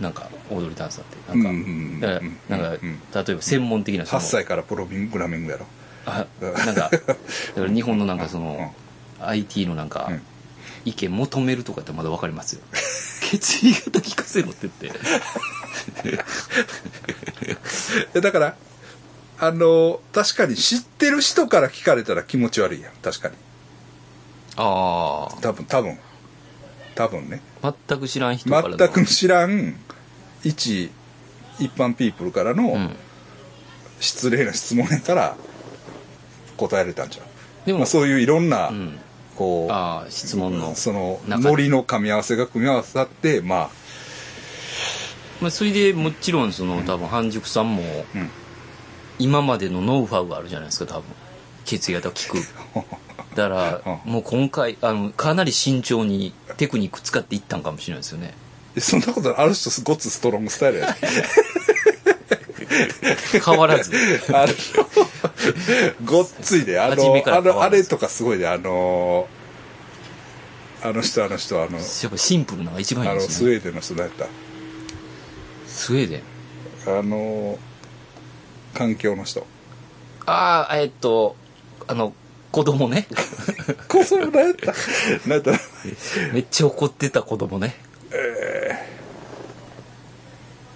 Speaker 2: なんか、オードリー・タンさんって。なんか、
Speaker 1: うんうんうんうん
Speaker 2: だからなんか、
Speaker 1: うん
Speaker 2: 例えば専門的な、そ
Speaker 1: 8
Speaker 2: の
Speaker 1: 歳からプログラミングやろ
Speaker 2: あ
Speaker 1: うん
Speaker 2: なんか、だから日本のなんかその、IT のなんか
Speaker 1: うん、
Speaker 2: 意見求めるとかってまだわかりますよ。 (laughs) 決意型聞かせろって言って。
Speaker 1: えだからあの確かに知ってる人から聞かれたら気持ち悪いやん確かに
Speaker 2: あ
Speaker 1: 多分多分多分ね
Speaker 2: あ、全く知らん人からの。
Speaker 1: 全く知らん一一般ピープルから
Speaker 2: う
Speaker 1: の
Speaker 2: ん。
Speaker 1: 失礼な質問やから答えられたんちゃう、
Speaker 2: で
Speaker 1: ま
Speaker 2: も
Speaker 1: あ、、そういういろんな、
Speaker 2: うん。
Speaker 1: こう
Speaker 2: ああ、質問の。
Speaker 1: その
Speaker 2: 中で
Speaker 1: ノリの噛み合わせが組み合わさってまあ
Speaker 2: まあ、それでもちろん、その、多分、半熟さんも
Speaker 1: うん、
Speaker 2: 今までのノウハウがあるじゃないですか、多分。決意型聞く。だから、もう今回、あの、かなり慎重にテクニック使っていったんかもしれないですよね。
Speaker 1: えそんなことある人ごつストロングスタイルや
Speaker 2: (laughs)
Speaker 1: で
Speaker 2: 変わ (laughs) らず。
Speaker 1: あのごっついであ
Speaker 2: 初め
Speaker 1: の
Speaker 2: から
Speaker 1: あ
Speaker 2: 変
Speaker 1: の
Speaker 2: わ
Speaker 1: あ
Speaker 2: らず
Speaker 1: れとかすごいであのあの人あの人あの
Speaker 2: やっぱシンプルなのが一番いい
Speaker 1: あ
Speaker 2: んで
Speaker 1: の
Speaker 2: す
Speaker 1: ス
Speaker 2: ね
Speaker 1: ウ。ェーデンの人だった
Speaker 2: スウェーデン
Speaker 1: あの環境の人
Speaker 2: ああえっとあの子供 (laughs) ね
Speaker 1: こそ何やった何やった
Speaker 2: めっちゃ怒ってた子供ね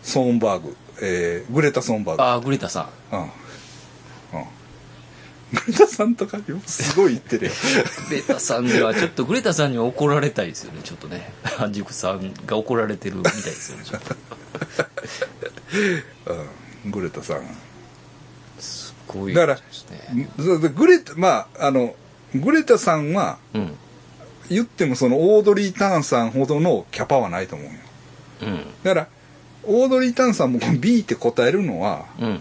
Speaker 1: ソーンバーグ、えーグレタ・ソーンバーグ
Speaker 2: ああグレタさん
Speaker 1: うんうんグレタさんとかよすごい言ってるよ
Speaker 2: グレタさんにはちょっとグレタさんには怒られたいですよねちょっとね半熟さんが怒られてるみたいですよねちょっと
Speaker 1: うんグレタさん
Speaker 2: すごい
Speaker 1: だから
Speaker 2: ですね
Speaker 1: んだグレタまああのグレタさんは
Speaker 2: うん
Speaker 1: 言ってもそのオードリー・ターンさんほどのキャパはないと思うよ
Speaker 2: うん
Speaker 1: だからオードリー・ターンさんもこの B って答えるのは
Speaker 2: うん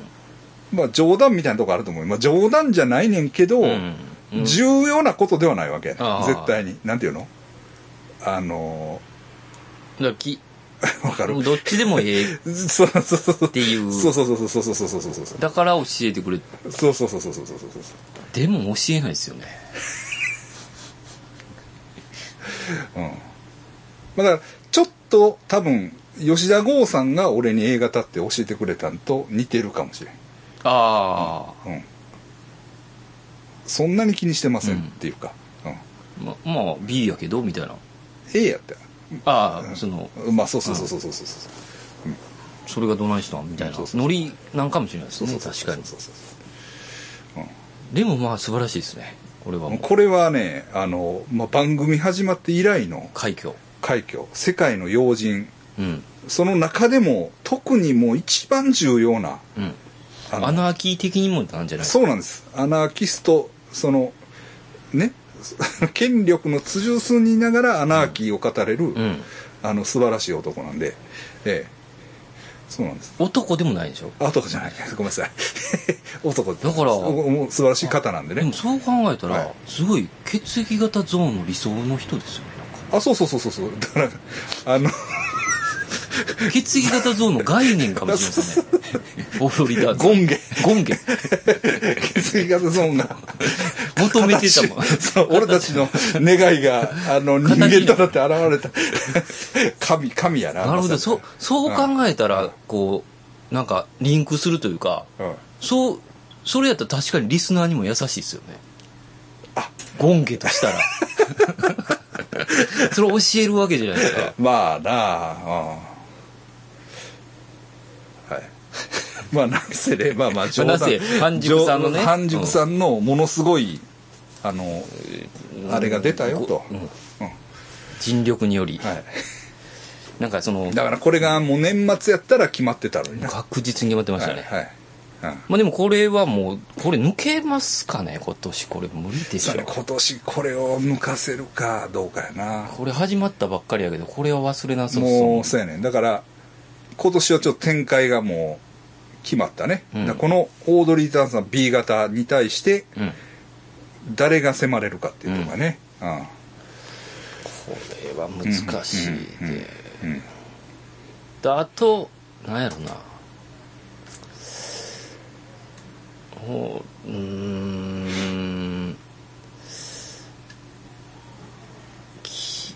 Speaker 1: まあ冗談みたいなとこあると思うよまあ冗談じゃないねんけど、
Speaker 2: うんうん
Speaker 1: 重要なことではないわけやね
Speaker 2: あー
Speaker 1: 絶対になんていうのあの
Speaker 2: だからき
Speaker 1: ー (laughs) わかる
Speaker 2: どっちでもええ
Speaker 1: そうそうそうそう
Speaker 2: っていう
Speaker 1: そうそうそうそうそうそうそうそうそう
Speaker 2: だから教えてくれ
Speaker 1: そうそうそうそうそうそうそう
Speaker 2: でも教えないですよね
Speaker 1: うんまあだからちょっと多分吉田剛さんが俺に映画立って教えてくれたんと似てるかもしれん
Speaker 2: ああ、
Speaker 1: うん、そんなに気にしてませんっていうか、うん
Speaker 2: ままあ B やけどみたいな
Speaker 1: ええやった
Speaker 2: ああその
Speaker 1: まあそうそうそうそうそうそうそう
Speaker 2: それがどないしたんみたいな
Speaker 1: そうそうそう
Speaker 2: ノリなんかもしれないです
Speaker 1: そう
Speaker 2: ね
Speaker 1: そうそう
Speaker 2: 確かに
Speaker 1: そうそうそう
Speaker 2: でもまあ素晴らしいですねこれはもう
Speaker 1: これはねあの、まあ、番組始まって以来の
Speaker 2: 快挙
Speaker 1: 快挙世界の要人
Speaker 2: うん
Speaker 1: その中でも特にもう一番重要な
Speaker 2: うん
Speaker 1: あの
Speaker 2: アナーキー的にもなんじゃない
Speaker 1: そうなんですアナーキストそのね (laughs) 権力の辻を進にいながらアナーキーを語れる、
Speaker 2: うん
Speaker 1: あの素晴らしい男なんで、ええ、そうなんです
Speaker 2: 男でもないでしょ
Speaker 1: あ男じゃない。 (laughs) ごめんなさい。男
Speaker 2: だから
Speaker 1: おもう素晴らしい方なんで
Speaker 2: でも
Speaker 1: ね。
Speaker 2: そう考えた
Speaker 1: は
Speaker 2: ら
Speaker 1: い
Speaker 2: すごい血液型ゾーンの理想の人ですよねなんか
Speaker 1: あ、そうそうそうそうそう。だから、あの、 (laughs)
Speaker 2: 血液型ゾーンの概念かもしれないですね
Speaker 1: (laughs)
Speaker 2: オフリダーズ
Speaker 1: ゴンゲ。
Speaker 2: ゴンゲ
Speaker 1: 血液型ゾーンが。
Speaker 2: 求めてたもん
Speaker 1: 形 (laughs) そう俺たちの願いが、あ
Speaker 2: (laughs)
Speaker 1: の、人間となって現れた。 (laughs) 神、神やな。
Speaker 2: なるほど
Speaker 1: まさ
Speaker 2: そ
Speaker 1: に
Speaker 2: うそう考えたらこうなんかリンクするというか
Speaker 1: うん
Speaker 2: そう、それやったら確かにリスナーにも優しいですよね。あ、ゴンゲとしたら。
Speaker 1: (laughs)
Speaker 2: それ教えるわけじゃないですか。
Speaker 1: まあなあ、うんはい。 (laughs) まあなんせねまあまあ冗談
Speaker 2: なんせ半熟さんのね
Speaker 1: 冗半熟さんのものすごい、あのあれが出たよと、
Speaker 2: うん
Speaker 1: うん
Speaker 2: 尽力により、
Speaker 1: は
Speaker 2: なんかその
Speaker 1: い、だからこれがもう年末やったら決まってたのにな
Speaker 2: 確実に決まってまし
Speaker 1: は
Speaker 2: た
Speaker 1: い
Speaker 2: ね、
Speaker 1: はいうん
Speaker 2: まあでもこれはもうこれ抜けますかね今年これ無理でし
Speaker 1: そう
Speaker 2: ょ
Speaker 1: やね今年これを抜かせるかどうかやな
Speaker 2: これ始まったばっかりやけどこれは忘れなさそう
Speaker 1: もうそうやねだから今年はちょっと展開がもう決まったね、
Speaker 2: う
Speaker 1: だ
Speaker 2: ん
Speaker 1: からこのオードリー・タンさん B 型に対して
Speaker 2: うんこ
Speaker 1: 誰が迫れるかっていうのがね、うん
Speaker 2: れは難しいで、
Speaker 1: うんうんうん
Speaker 2: であとなんやろなほううーんキ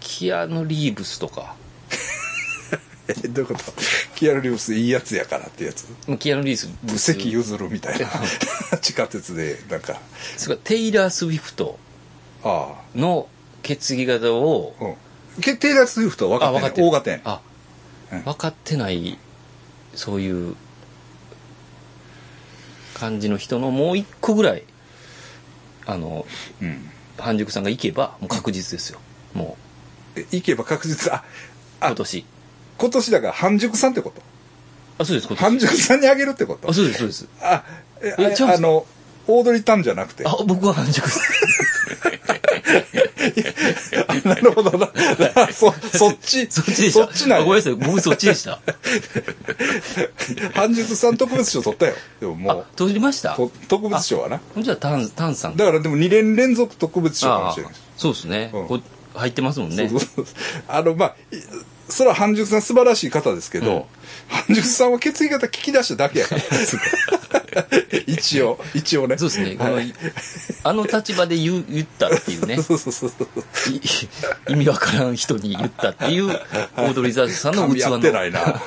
Speaker 2: キアヌ・リーブスとか
Speaker 1: えどういうことキアヌ・リーブスいいやつやからってやつ
Speaker 2: キアヌ・リーブス
Speaker 1: 席譲るみたいな (laughs) 地下鉄でなんか
Speaker 2: それからテイラー・スウィフト
Speaker 1: あ
Speaker 2: の決議型を
Speaker 1: あうんけテイラー・スウィフトは
Speaker 2: あ
Speaker 1: 分か
Speaker 2: 分か
Speaker 1: っ
Speaker 2: ってて
Speaker 1: ん
Speaker 2: る
Speaker 1: 大型やね
Speaker 2: あ、
Speaker 1: うん
Speaker 2: 分かってないそういう感じの人のもう一個ぐらいあの
Speaker 1: うん
Speaker 2: 半熟さんが行けばもう確実ですよも
Speaker 1: え行けば確実あ
Speaker 2: う
Speaker 1: あ
Speaker 2: 今年
Speaker 1: 今年だから半熟さんってこと
Speaker 2: あそうです今
Speaker 1: 半
Speaker 2: 年
Speaker 1: 熟さんにあげるってこと
Speaker 2: あそうですそうです
Speaker 1: あえ
Speaker 2: え
Speaker 1: あれ
Speaker 2: チャンス
Speaker 1: あのオードリー・タンじゃなくて
Speaker 2: あ僕は半熟さ
Speaker 1: (laughs) なる
Speaker 2: (laughs)
Speaker 1: ほどな。そ、そっち、
Speaker 2: ん (laughs) そっちでし
Speaker 1: そ
Speaker 2: た
Speaker 1: っちな
Speaker 2: あ
Speaker 1: ん
Speaker 2: ご
Speaker 1: や
Speaker 2: めんなさい僕そっち
Speaker 1: (laughs)
Speaker 2: でした
Speaker 1: 半熟さん特別賞取ったよ。でもも
Speaker 2: あ取りました
Speaker 1: う、と特別賞はな。
Speaker 2: じゃあタンタンさん
Speaker 1: だからでも2年連続特別賞かも
Speaker 2: あ
Speaker 1: しれない。
Speaker 2: そうですね、
Speaker 1: うん
Speaker 2: こう入ってますもんね
Speaker 1: そうそうそうあの、まあ、いそれは半熟さん素晴らしい方ですけど、
Speaker 2: うん
Speaker 1: 半熟さんは血液型聞き出しただけやから。
Speaker 2: (laughs)
Speaker 1: 一応、一応ね。
Speaker 2: そうですね、この
Speaker 1: はい
Speaker 2: あの立場で言う言ったってい
Speaker 1: (laughs)
Speaker 2: うね
Speaker 1: そうそうそうそう。
Speaker 2: い意味わからん人に言ったっていうオードリー・ザンさんの
Speaker 1: 噛
Speaker 2: 器
Speaker 1: み合
Speaker 2: の
Speaker 1: ってないな。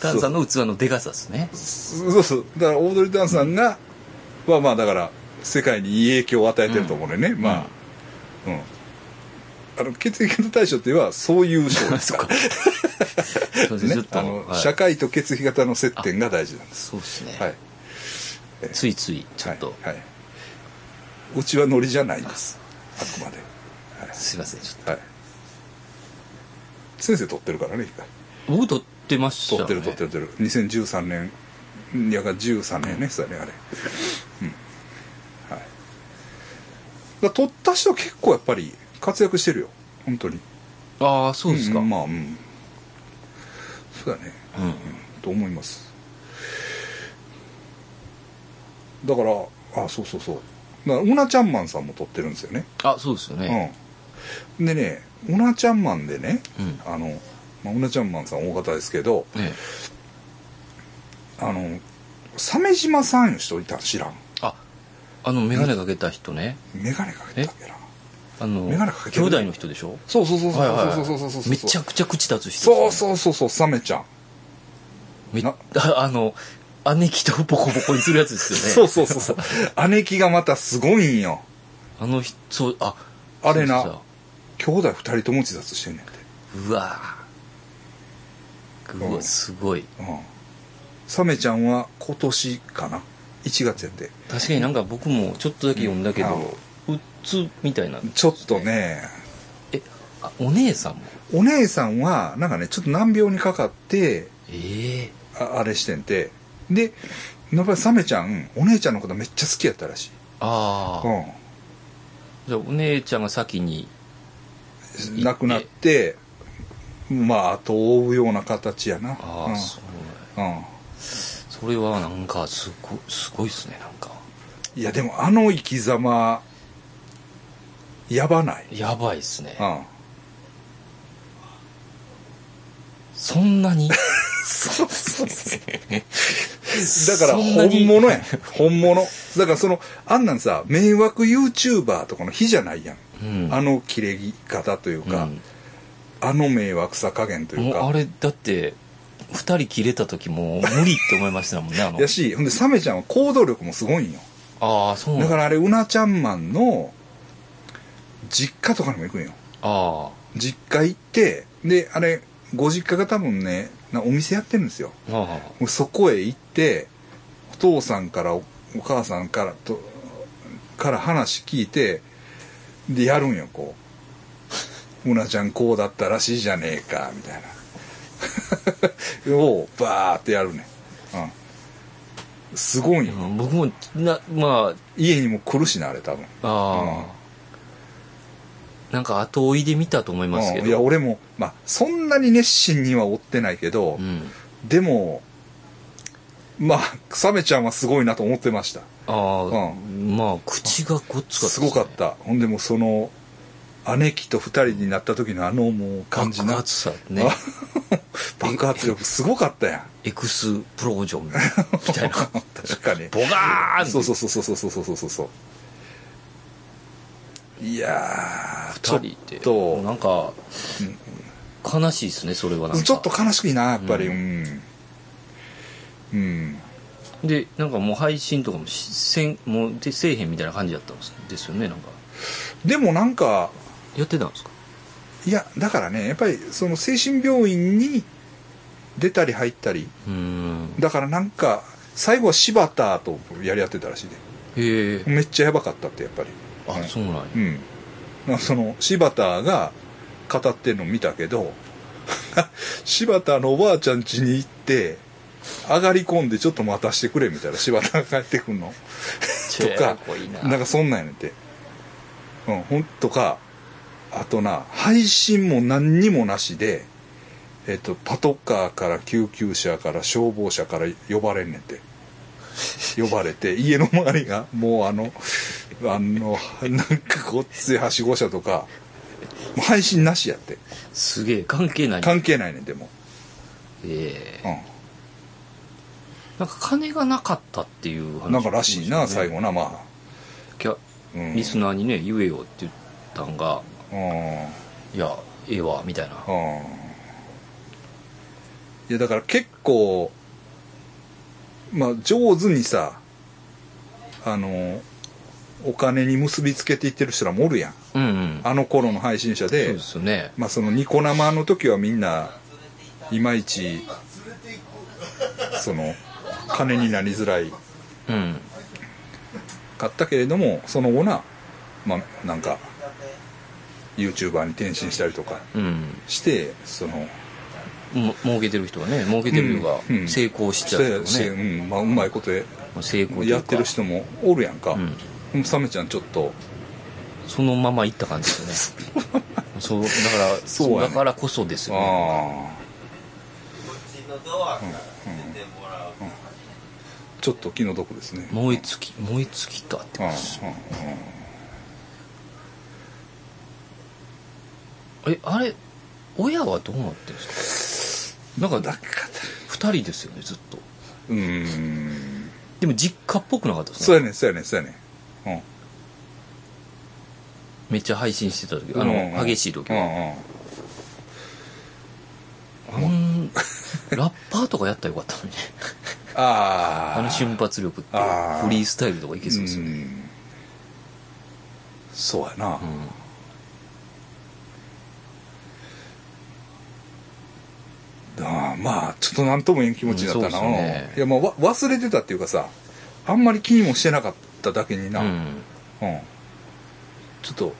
Speaker 2: タンさんの器のでかさですね
Speaker 1: そうそう。だから、オードリー・タンさんが、まあまあ、だから、世界にいい影響を与えてると思うね。ねまあ、うん。あの、血液型大賞っていうのは、そういう賞です
Speaker 2: そっ
Speaker 1: か
Speaker 2: か (laughs) そう
Speaker 1: ら
Speaker 2: ですね
Speaker 1: ね。
Speaker 2: ちょっと
Speaker 1: あの、
Speaker 2: はい
Speaker 1: 社会と血液型の接点が大事なんです。
Speaker 2: そうですね、
Speaker 1: はい。
Speaker 2: ついついちょっと、
Speaker 1: はい。はい、うちはノリじゃないんです。あくまで。
Speaker 2: すいませんちょっ
Speaker 1: はい。先生撮ってるからね、一回。
Speaker 2: と僕撮ってました
Speaker 1: 撮
Speaker 2: ね
Speaker 1: ってる撮ってる撮ってる。2013年、いや、13年ね、そうだね、あれ。うん。はい。だから撮った人は結構やっぱり活躍してるよ。本当に。
Speaker 2: ああそうですか、
Speaker 1: ん
Speaker 2: うん
Speaker 1: まあ、うん。そうだね。と思います。だから、あ、そうそうそう。だから、うなちゃんマンさんも撮ってるんですよね。
Speaker 2: あそうですよね、
Speaker 1: うん。でね、うなちゃんマンでね、
Speaker 2: うん
Speaker 1: あの、まあ、うなちゃんマンさん大方ですけど、
Speaker 2: ね
Speaker 1: あの鮫島さんいう人いたん知らん
Speaker 2: ああの眼鏡かけた人ね
Speaker 1: 眼鏡かけてたっけな
Speaker 2: あの
Speaker 1: 眼鏡かけて
Speaker 2: 兄
Speaker 1: る
Speaker 2: 弟の人でしょ
Speaker 1: そうそうそうそう
Speaker 2: はいはいはい
Speaker 1: そうそうそうそうそう
Speaker 2: めちゃくちゃ口立つ人
Speaker 1: そう
Speaker 2: う
Speaker 1: そうそうそうサメちゃん、
Speaker 2: め
Speaker 1: な
Speaker 2: ああの姉貴とボコボコにするやつですよね
Speaker 1: そうそうそうそう姉貴がまたすごいんよ
Speaker 2: あの人そうあ
Speaker 1: あれな
Speaker 2: そうそう
Speaker 1: 兄弟二人とも自殺してんねんて
Speaker 2: うわう
Speaker 1: う
Speaker 2: わ
Speaker 1: ん
Speaker 2: すごい
Speaker 1: うんサメちゃんは今年かな1月やって
Speaker 2: 確かになんか僕もちょっとだけ読んだけど、うっつみたいな
Speaker 1: ちょっとね
Speaker 2: えあお姉さんも
Speaker 1: お姉さんはなんかねちょっと難病にかかって
Speaker 2: ええ
Speaker 1: ああれしてんてでやっぱりサメちゃんお姉ちゃんのことめっちゃ好きやったらしい
Speaker 2: ああ、
Speaker 1: うん
Speaker 2: じゃあお姉ちゃんが先に
Speaker 1: なくなって、まあ、後を追うような形やな。
Speaker 2: ああ、
Speaker 1: うん
Speaker 2: そう
Speaker 1: うん
Speaker 2: それはなんかすごすごいっすねなんか
Speaker 1: いや、でも、あの生き様、やばない。
Speaker 2: やばいっすね
Speaker 1: うん。
Speaker 2: そ
Speaker 1: (laughs)
Speaker 2: んなに
Speaker 1: そうそうそう。 (laughs) だか
Speaker 2: だ
Speaker 1: ら、本物やん。本物。だから、その、あんなんさ、迷惑 YouTuber とかの比じゃないやん。
Speaker 2: うん
Speaker 1: あの切れ方というか、
Speaker 2: うん
Speaker 1: あの迷惑さ加減とい
Speaker 2: も
Speaker 1: う
Speaker 2: う
Speaker 1: か。
Speaker 2: あれだって二人切れた時もう無理って思いましたも
Speaker 1: (laughs)
Speaker 2: んねあの
Speaker 1: やし、ほんで、サメちゃんは行動力もすごいんよ。
Speaker 2: ああそうなん
Speaker 1: だから、あれ、うなちゃんマンの、実家とかにも行くんよ。
Speaker 2: ああ
Speaker 1: 実家行ってであれご実家が多分ねなお店やってるんですよ
Speaker 2: はあはあ
Speaker 1: もうそこへ行ってお父さんからおお母さんからとから話聞いてでやるんよこう「 (laughs) うなちゃんこうだったらしいじゃねえか」みたいな (laughs) をバーってやるねうんすごいよ
Speaker 2: うん僕もなま
Speaker 1: 家にも来るしなあれ多分
Speaker 2: あああ、なんか後追いで見たと思いますけ
Speaker 1: う
Speaker 2: ど
Speaker 1: ん、いや俺もまあそんなに熱心には追ってないけど、
Speaker 2: うん
Speaker 1: でもまあサメちゃんはすごいなと思ってました
Speaker 2: ああ、まあ口がごっつかった
Speaker 1: すごかったほんでもうその姉貴と二人になった時のあのもう感じ
Speaker 2: 爆
Speaker 1: な
Speaker 2: 発さね
Speaker 1: あ (laughs) 爆発力すごかったやん
Speaker 2: エクスプロージョンみたいな
Speaker 1: 確かに
Speaker 2: ボガーン
Speaker 1: そうそうそうそうそうそうそうそうそういや (laughs) ーちょっ
Speaker 2: 二人って
Speaker 1: と
Speaker 2: なんか、悲しいですねそれはなんか
Speaker 1: ちょっと悲しいなやっぱり
Speaker 2: う
Speaker 1: うん、うん、
Speaker 2: でなんかもう配信とかもしせんもうでせえへんみたいな感じだったんですですよねなんか
Speaker 1: でもなんか
Speaker 2: やってたんですか
Speaker 1: いやだからねやっぱりその精神病院に出たり入ったり
Speaker 2: うーん
Speaker 1: だからなんか最後は柴田とやり合ってたらしい
Speaker 2: へえ
Speaker 1: でめっちゃやばかったってやっぱり
Speaker 2: あそうなんや
Speaker 1: うんまあその柴田が語ってるの見たけど (laughs) 柴田のおばあちゃん家に行って上がり込んでちょっと待たしてくれみたいな柴田が帰ってくんのと
Speaker 2: ちょ
Speaker 1: か
Speaker 2: っこいいな
Speaker 1: なんかそんなんやねんてうんほんとかあとな配信も何にもなしでえっとパトカーから救急車から消防車から呼ばれんねんて呼ばれて (laughs) 家の周りがもうあのあのなんかごっついはしご車とかもう配信なしやって
Speaker 2: すげえ関係ないへ
Speaker 1: 関係ないねんでも
Speaker 2: え
Speaker 1: う
Speaker 2: なんか金がなかったっていう話
Speaker 1: んなんからしいな最
Speaker 2: 後
Speaker 1: 後なま
Speaker 2: キャ
Speaker 1: あうん
Speaker 2: リスナーにね言えよって言ったんが
Speaker 1: うん
Speaker 2: いやええわみたいな
Speaker 1: うんいやだから結構まあ上手にさあのお金に結びつけていってる人らもおるやん
Speaker 2: うんうん
Speaker 1: あの頃の配信者
Speaker 2: そう
Speaker 1: で
Speaker 2: ですよね
Speaker 1: まあそのニコ生の時はみんないまいちその金になりづらい
Speaker 2: うん
Speaker 1: かったけれどもその後なまあなんか YouTuber に転身したりとか
Speaker 2: うん
Speaker 1: してその
Speaker 2: も儲けてる人はね儲けてる人が
Speaker 1: うんうん
Speaker 2: 成功しちゃうとか
Speaker 1: せ
Speaker 2: ね、
Speaker 1: うんまあ、うまいことで
Speaker 2: まあ成功というか
Speaker 1: やってる人もおるやんか、
Speaker 2: うん
Speaker 1: うん、サメちゃんちょっと
Speaker 2: そのままいった感じですよ
Speaker 1: (laughs)
Speaker 2: ねそうだから
Speaker 1: そうやね
Speaker 2: だからこそですよね
Speaker 1: ああちょっと気の毒ですね
Speaker 2: 燃え尽き燃え尽きたって
Speaker 1: うんうん
Speaker 2: えあれ親はどうなってるんですかなん
Speaker 1: だ
Speaker 2: か
Speaker 1: から
Speaker 2: 2人ですよねずっと
Speaker 1: うーん
Speaker 2: でも実家っぽくなかったです
Speaker 1: そう
Speaker 2: ね
Speaker 1: やねんそうやねんそうやねんうん
Speaker 2: めっちゃ配信してた時あ
Speaker 1: うんう
Speaker 2: の
Speaker 1: ん
Speaker 2: 激しい時
Speaker 1: う
Speaker 2: は、
Speaker 1: んうん
Speaker 2: あん、ラッパーとかやったらよかったのにね
Speaker 1: ああ
Speaker 2: あの瞬発力って
Speaker 1: あー
Speaker 2: フリースタイルとかいけそうですよね、
Speaker 1: んそうやな、
Speaker 2: うん
Speaker 1: ああまあちょっと何とも言えん気持ちになったな、
Speaker 2: うんそうですね
Speaker 1: うんいやまあわ忘れてたっていうかさあんまり気にもしてなかっただけにな、
Speaker 2: うん
Speaker 1: うんちょっと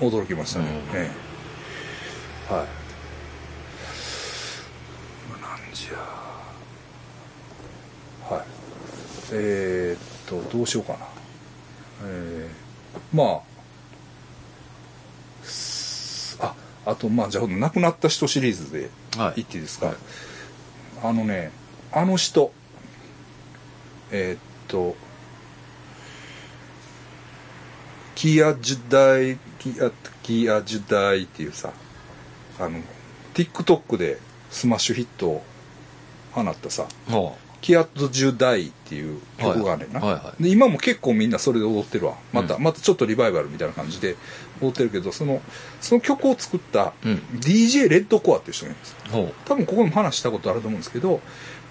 Speaker 1: 驚きましたね、
Speaker 2: うん
Speaker 1: ええはいまあなんじゃはいえー、っとどうしようかなえー、まあすああとまあじゃあ亡くなった人シリーズで
Speaker 2: はいい
Speaker 1: っていいですか、あのねあの人えーっとキア・ジュダイキアキア・ジュダイっていうさあの TikTok でスマッシュヒットを放ったさ
Speaker 2: も
Speaker 1: キア・ジュダイっていう曲があるねんな、
Speaker 2: はいはいはい
Speaker 1: で今も結構みんなそれで踊ってるわまた、またちょっとリバイバルみたいな感じで踊ってるけどそのその曲を作った
Speaker 2: うん
Speaker 1: DJ レッドコアっていう人がいるんです
Speaker 2: うほう
Speaker 1: 多分ここにも話したことあると思うんですけど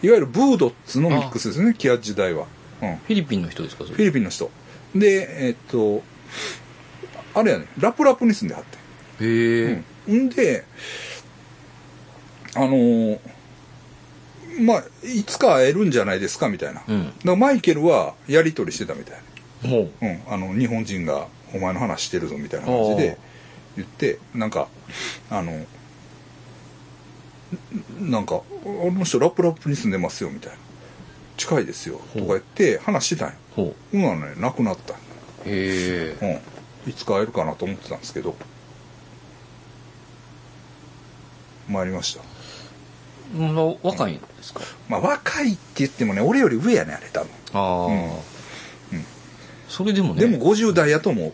Speaker 1: いわゆるブードッツのミックスですねキア時代は、うん、
Speaker 2: フィリピンの人ですかそ
Speaker 1: フィ
Speaker 2: れへ
Speaker 1: リピンの人でえっとあれやねラプラプに住んではって
Speaker 2: え、
Speaker 1: うんんであのーまあ、いつか会えるんじゃないですかみたいな。
Speaker 2: う
Speaker 1: だか
Speaker 2: ん。
Speaker 1: らマイケルはやり取りしてたみたい
Speaker 2: もう。
Speaker 1: な。うん。あの、日本人がお前の話してるぞみたいな感じで言って、なんか、あの、んなんか、あの人ラップラップに住んでますよみたいな。近いですよ。とか言って話してたんよ。
Speaker 2: ほ
Speaker 1: ほんならね、亡くなったんよ
Speaker 2: う。へえ。
Speaker 1: うん、いつか会えるかなと思ってたんですけど参りました
Speaker 2: まだ若いんですか
Speaker 1: まあ若いって言ってもね俺より上やねあれ多分、
Speaker 2: ああ、
Speaker 1: うん
Speaker 2: それでもね、
Speaker 1: でも50代やとも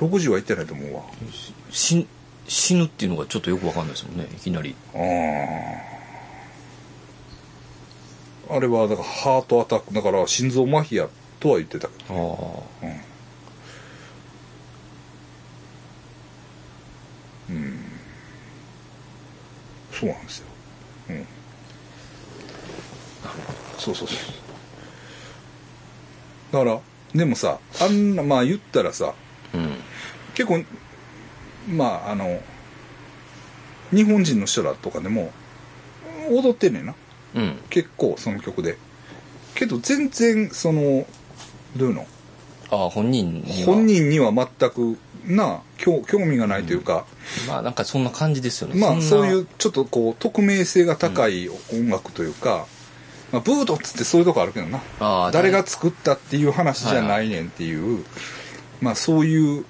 Speaker 1: う60はいってないと思うわ
Speaker 2: し死ぬっていうのがちょっとよくわかんないですもんね、いきなり。
Speaker 1: あーあれはだからハートアタックだから心臓麻痺やとは言ってたけ
Speaker 2: ああ。
Speaker 1: どうん、うん、そうなんですようんそうそうそうだからでもさあんなまあ言ったらさ
Speaker 2: うん。
Speaker 1: 結構まああの日本人の人らとかでも踊ってんねんな
Speaker 2: うん。
Speaker 1: 結構その曲でけど全然そのどういうの
Speaker 2: ああ、本人には。
Speaker 1: 本人には全くな興興味がないというか、
Speaker 2: まあなんかそんな感じですよね。
Speaker 1: まあ
Speaker 2: んな
Speaker 1: そういう。ちょっとこう匿名性が高い音楽というか、まあ、ブードっつってそういうとこあるけどな
Speaker 2: ああ、
Speaker 1: 誰が作ったっていう話じゃないねんっていう、まあそういう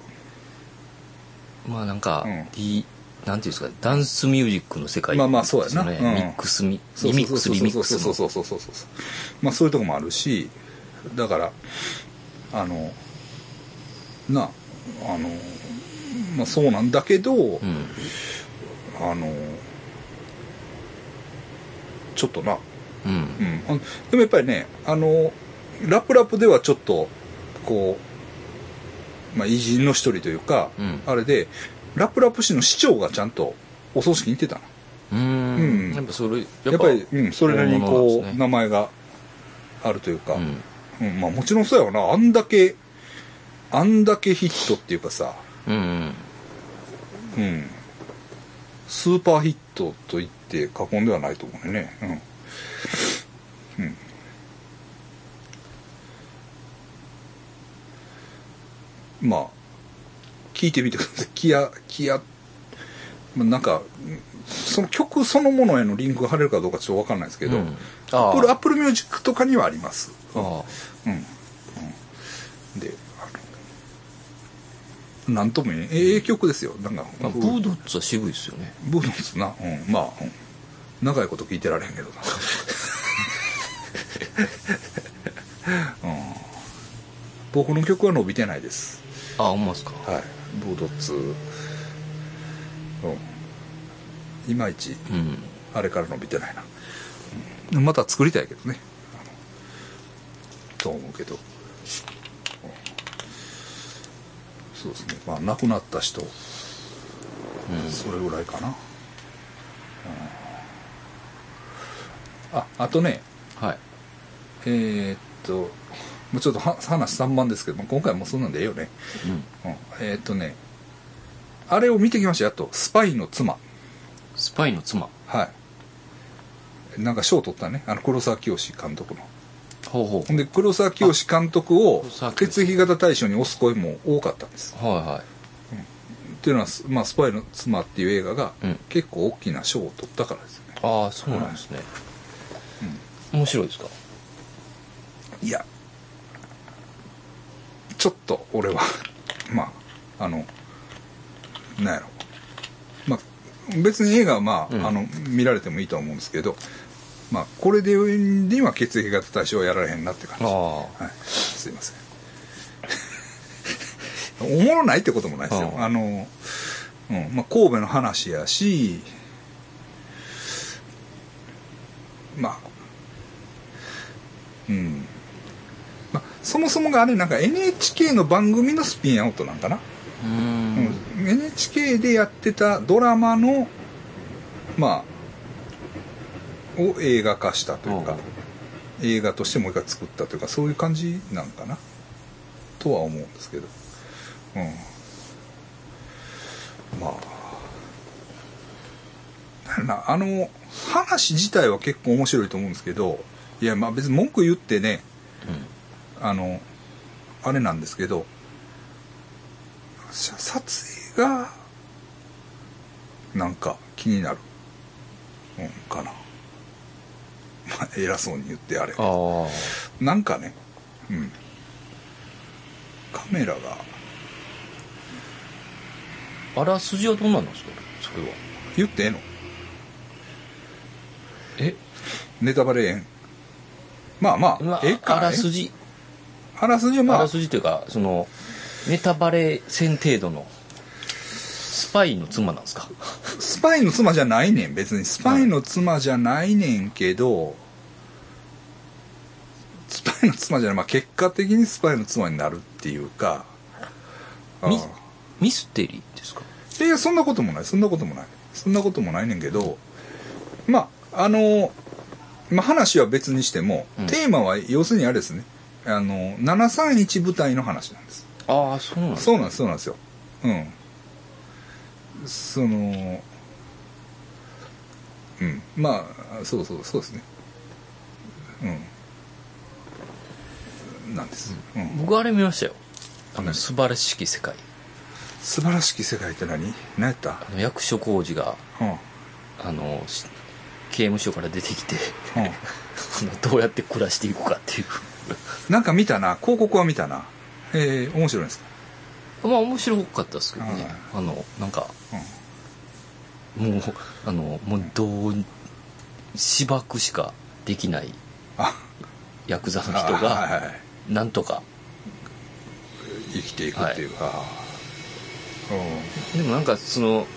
Speaker 2: まあなんか、
Speaker 1: うん
Speaker 2: リなんていうんですか、ダンスミュージックの世界
Speaker 1: まあまあそうやな
Speaker 2: ですよ
Speaker 1: うん
Speaker 2: ねミックスミ、
Speaker 1: そうそう
Speaker 2: リミックス、リミックスの。
Speaker 1: そうそうそうそうそうそうそうまあそういうとこもあるしだからあのなああのまあそうなんだけど、
Speaker 2: うん。
Speaker 1: あのちょっとな、
Speaker 2: うん
Speaker 1: う。ん、あでもやっぱりねあのラップラップではちょっとこう、まあ、偉人の一人というか、
Speaker 2: うん
Speaker 1: あれでラップラップ市の市長がちゃんとお葬式に行ってたな
Speaker 2: う
Speaker 1: うん
Speaker 2: ん。やっぱそれ、やっぱ
Speaker 1: やっぱり、うん、それなりにこう、
Speaker 2: 大物なんですね
Speaker 1: 名前があるというか、
Speaker 2: う
Speaker 1: うん
Speaker 2: ん。
Speaker 1: まあ、もちろんそうやろなあんだけあんだけヒットっていうかさ、
Speaker 2: うん。
Speaker 1: うん、スーパーヒットと言って過言ではないと思うね、うんうん、まあ聞いてみてくださいキアキアまあなんかうんその曲そのものへのリンクが貼れるかどうかちょっと分かんないですけど、
Speaker 2: うん
Speaker 1: ア
Speaker 2: あ
Speaker 1: ッ
Speaker 2: あ
Speaker 1: プルアップルミュージックとかにはあります
Speaker 2: ああ。
Speaker 1: うん、うん、であのなんとも言えんええ曲ですよなんか、
Speaker 2: まあ、ブードッツは渋いですよね。
Speaker 1: ブードンスな、うん、まあ、うん長いこと聞いてられへんけどな。うん、僕の曲は伸びてないです。
Speaker 2: ああ、ほんまですか。
Speaker 1: はい。ブードッツ、うん、いまいち、
Speaker 2: うん。
Speaker 1: あれから伸びてないな。うんまた作りたいけどね。あのと思うけど。うんそうですね。まあ、亡くなった人、それぐらいかな。うんあ、あとね、
Speaker 2: はい。
Speaker 1: えーっと、もうちょっとは話3番ですけども、今回はもうそんなんでええよね。
Speaker 2: うん。
Speaker 1: うん、えーっとね、あれを見てきましたよ、やっと。スパイの妻。
Speaker 2: スパイの妻。
Speaker 1: はい。なんか賞取ったね。あの、黒沢清監督の。
Speaker 2: ほうほ
Speaker 1: ほんで、黒沢清監督を
Speaker 2: 黒沢、清
Speaker 1: 血液型大賞に推す声も多かったんです。
Speaker 2: う。は
Speaker 1: っていうのは、すまあ、スパイの妻っていう映画が
Speaker 2: うん、
Speaker 1: 結構大きな賞を取ったからですよね。
Speaker 2: いはい。ああ、そうなんですね。面白いですか
Speaker 1: いや、ちょっと俺は、 (laughs) まあ、あの、なんやろ。まあ、別に映画はまあ、
Speaker 2: うん
Speaker 1: あの、見られてもいいとは思うんですけど、まあ、これで、には血液型大賞はやられへんなって感じ。
Speaker 2: ああ。
Speaker 1: はい、すいません (laughs) おもろないってこともないですよ
Speaker 2: うん
Speaker 1: あの、うんまあ、神戸の話やしまあうん、まあ、そもそもがあれなんか NHK の番組のスピンアウトなんかな、
Speaker 2: うー
Speaker 1: うん
Speaker 2: ん。
Speaker 1: NHK でやってたドラマのまあを映画化したというか、映画としてもう一回作ったというかそういう感じなんかなとは思うんですけど、うん、まあなんややろなあの話自体は結構面白いと思うんですけどいやまあ別に文句言ってねあのあれなんですけどさ撮影がなんか気になる、うん、かな、まあ、偉そうに言ってあれ
Speaker 2: ああ
Speaker 1: なんかね、うん。カメラが、
Speaker 2: あらすじはどうなんですかそれは
Speaker 1: 言ってええの
Speaker 2: え
Speaker 1: ネタバレええん。まあま
Speaker 2: ま
Speaker 1: あ
Speaker 2: あ、
Speaker 1: ええか
Speaker 2: あ
Speaker 1: ら、
Speaker 2: ら
Speaker 1: ね。
Speaker 2: すじ、
Speaker 1: あらすじは
Speaker 2: あ
Speaker 1: まあ
Speaker 2: ら、すじというかそのネタバレせん程度のスパイの妻なんですか
Speaker 1: スパイの妻じゃないねん。別にスパイの妻じゃないねんけど、スパイの妻じゃない。まあ結果的にスパイの妻になるっていうか。あ
Speaker 2: み
Speaker 1: あ
Speaker 2: ミステリーですか
Speaker 1: いやいやそんなこともないそんなこともないそんなこともないねんけどまああの、まあ、話は別にしても、
Speaker 2: うん
Speaker 1: テーマは要するにあれですねあの731部隊の話なんです
Speaker 2: ああそうなんです
Speaker 1: そうなんですそうなんですようんそのうんまあそうそうそうですねうんなんです、うん、
Speaker 2: 僕あれ見ましたよあの素晴らしき世界
Speaker 1: 素晴らしき世界って何何やった
Speaker 2: あの役所広司が
Speaker 1: うんうん
Speaker 2: あのし刑務所から出てき (laughs) てあのどうやって暮らしていくかってい
Speaker 1: なんか見たな、広告は見たな。えー、面白いんですか。
Speaker 2: うまあ面白かったですけどね
Speaker 1: はい
Speaker 2: あのなんか
Speaker 1: うん
Speaker 2: もうあのもうどうしばくしかできない
Speaker 1: あ、
Speaker 2: ヤクザの人
Speaker 1: あはいは
Speaker 2: が
Speaker 1: いはい
Speaker 2: なんとか
Speaker 1: 生きていくっていうか。
Speaker 2: でもなんかその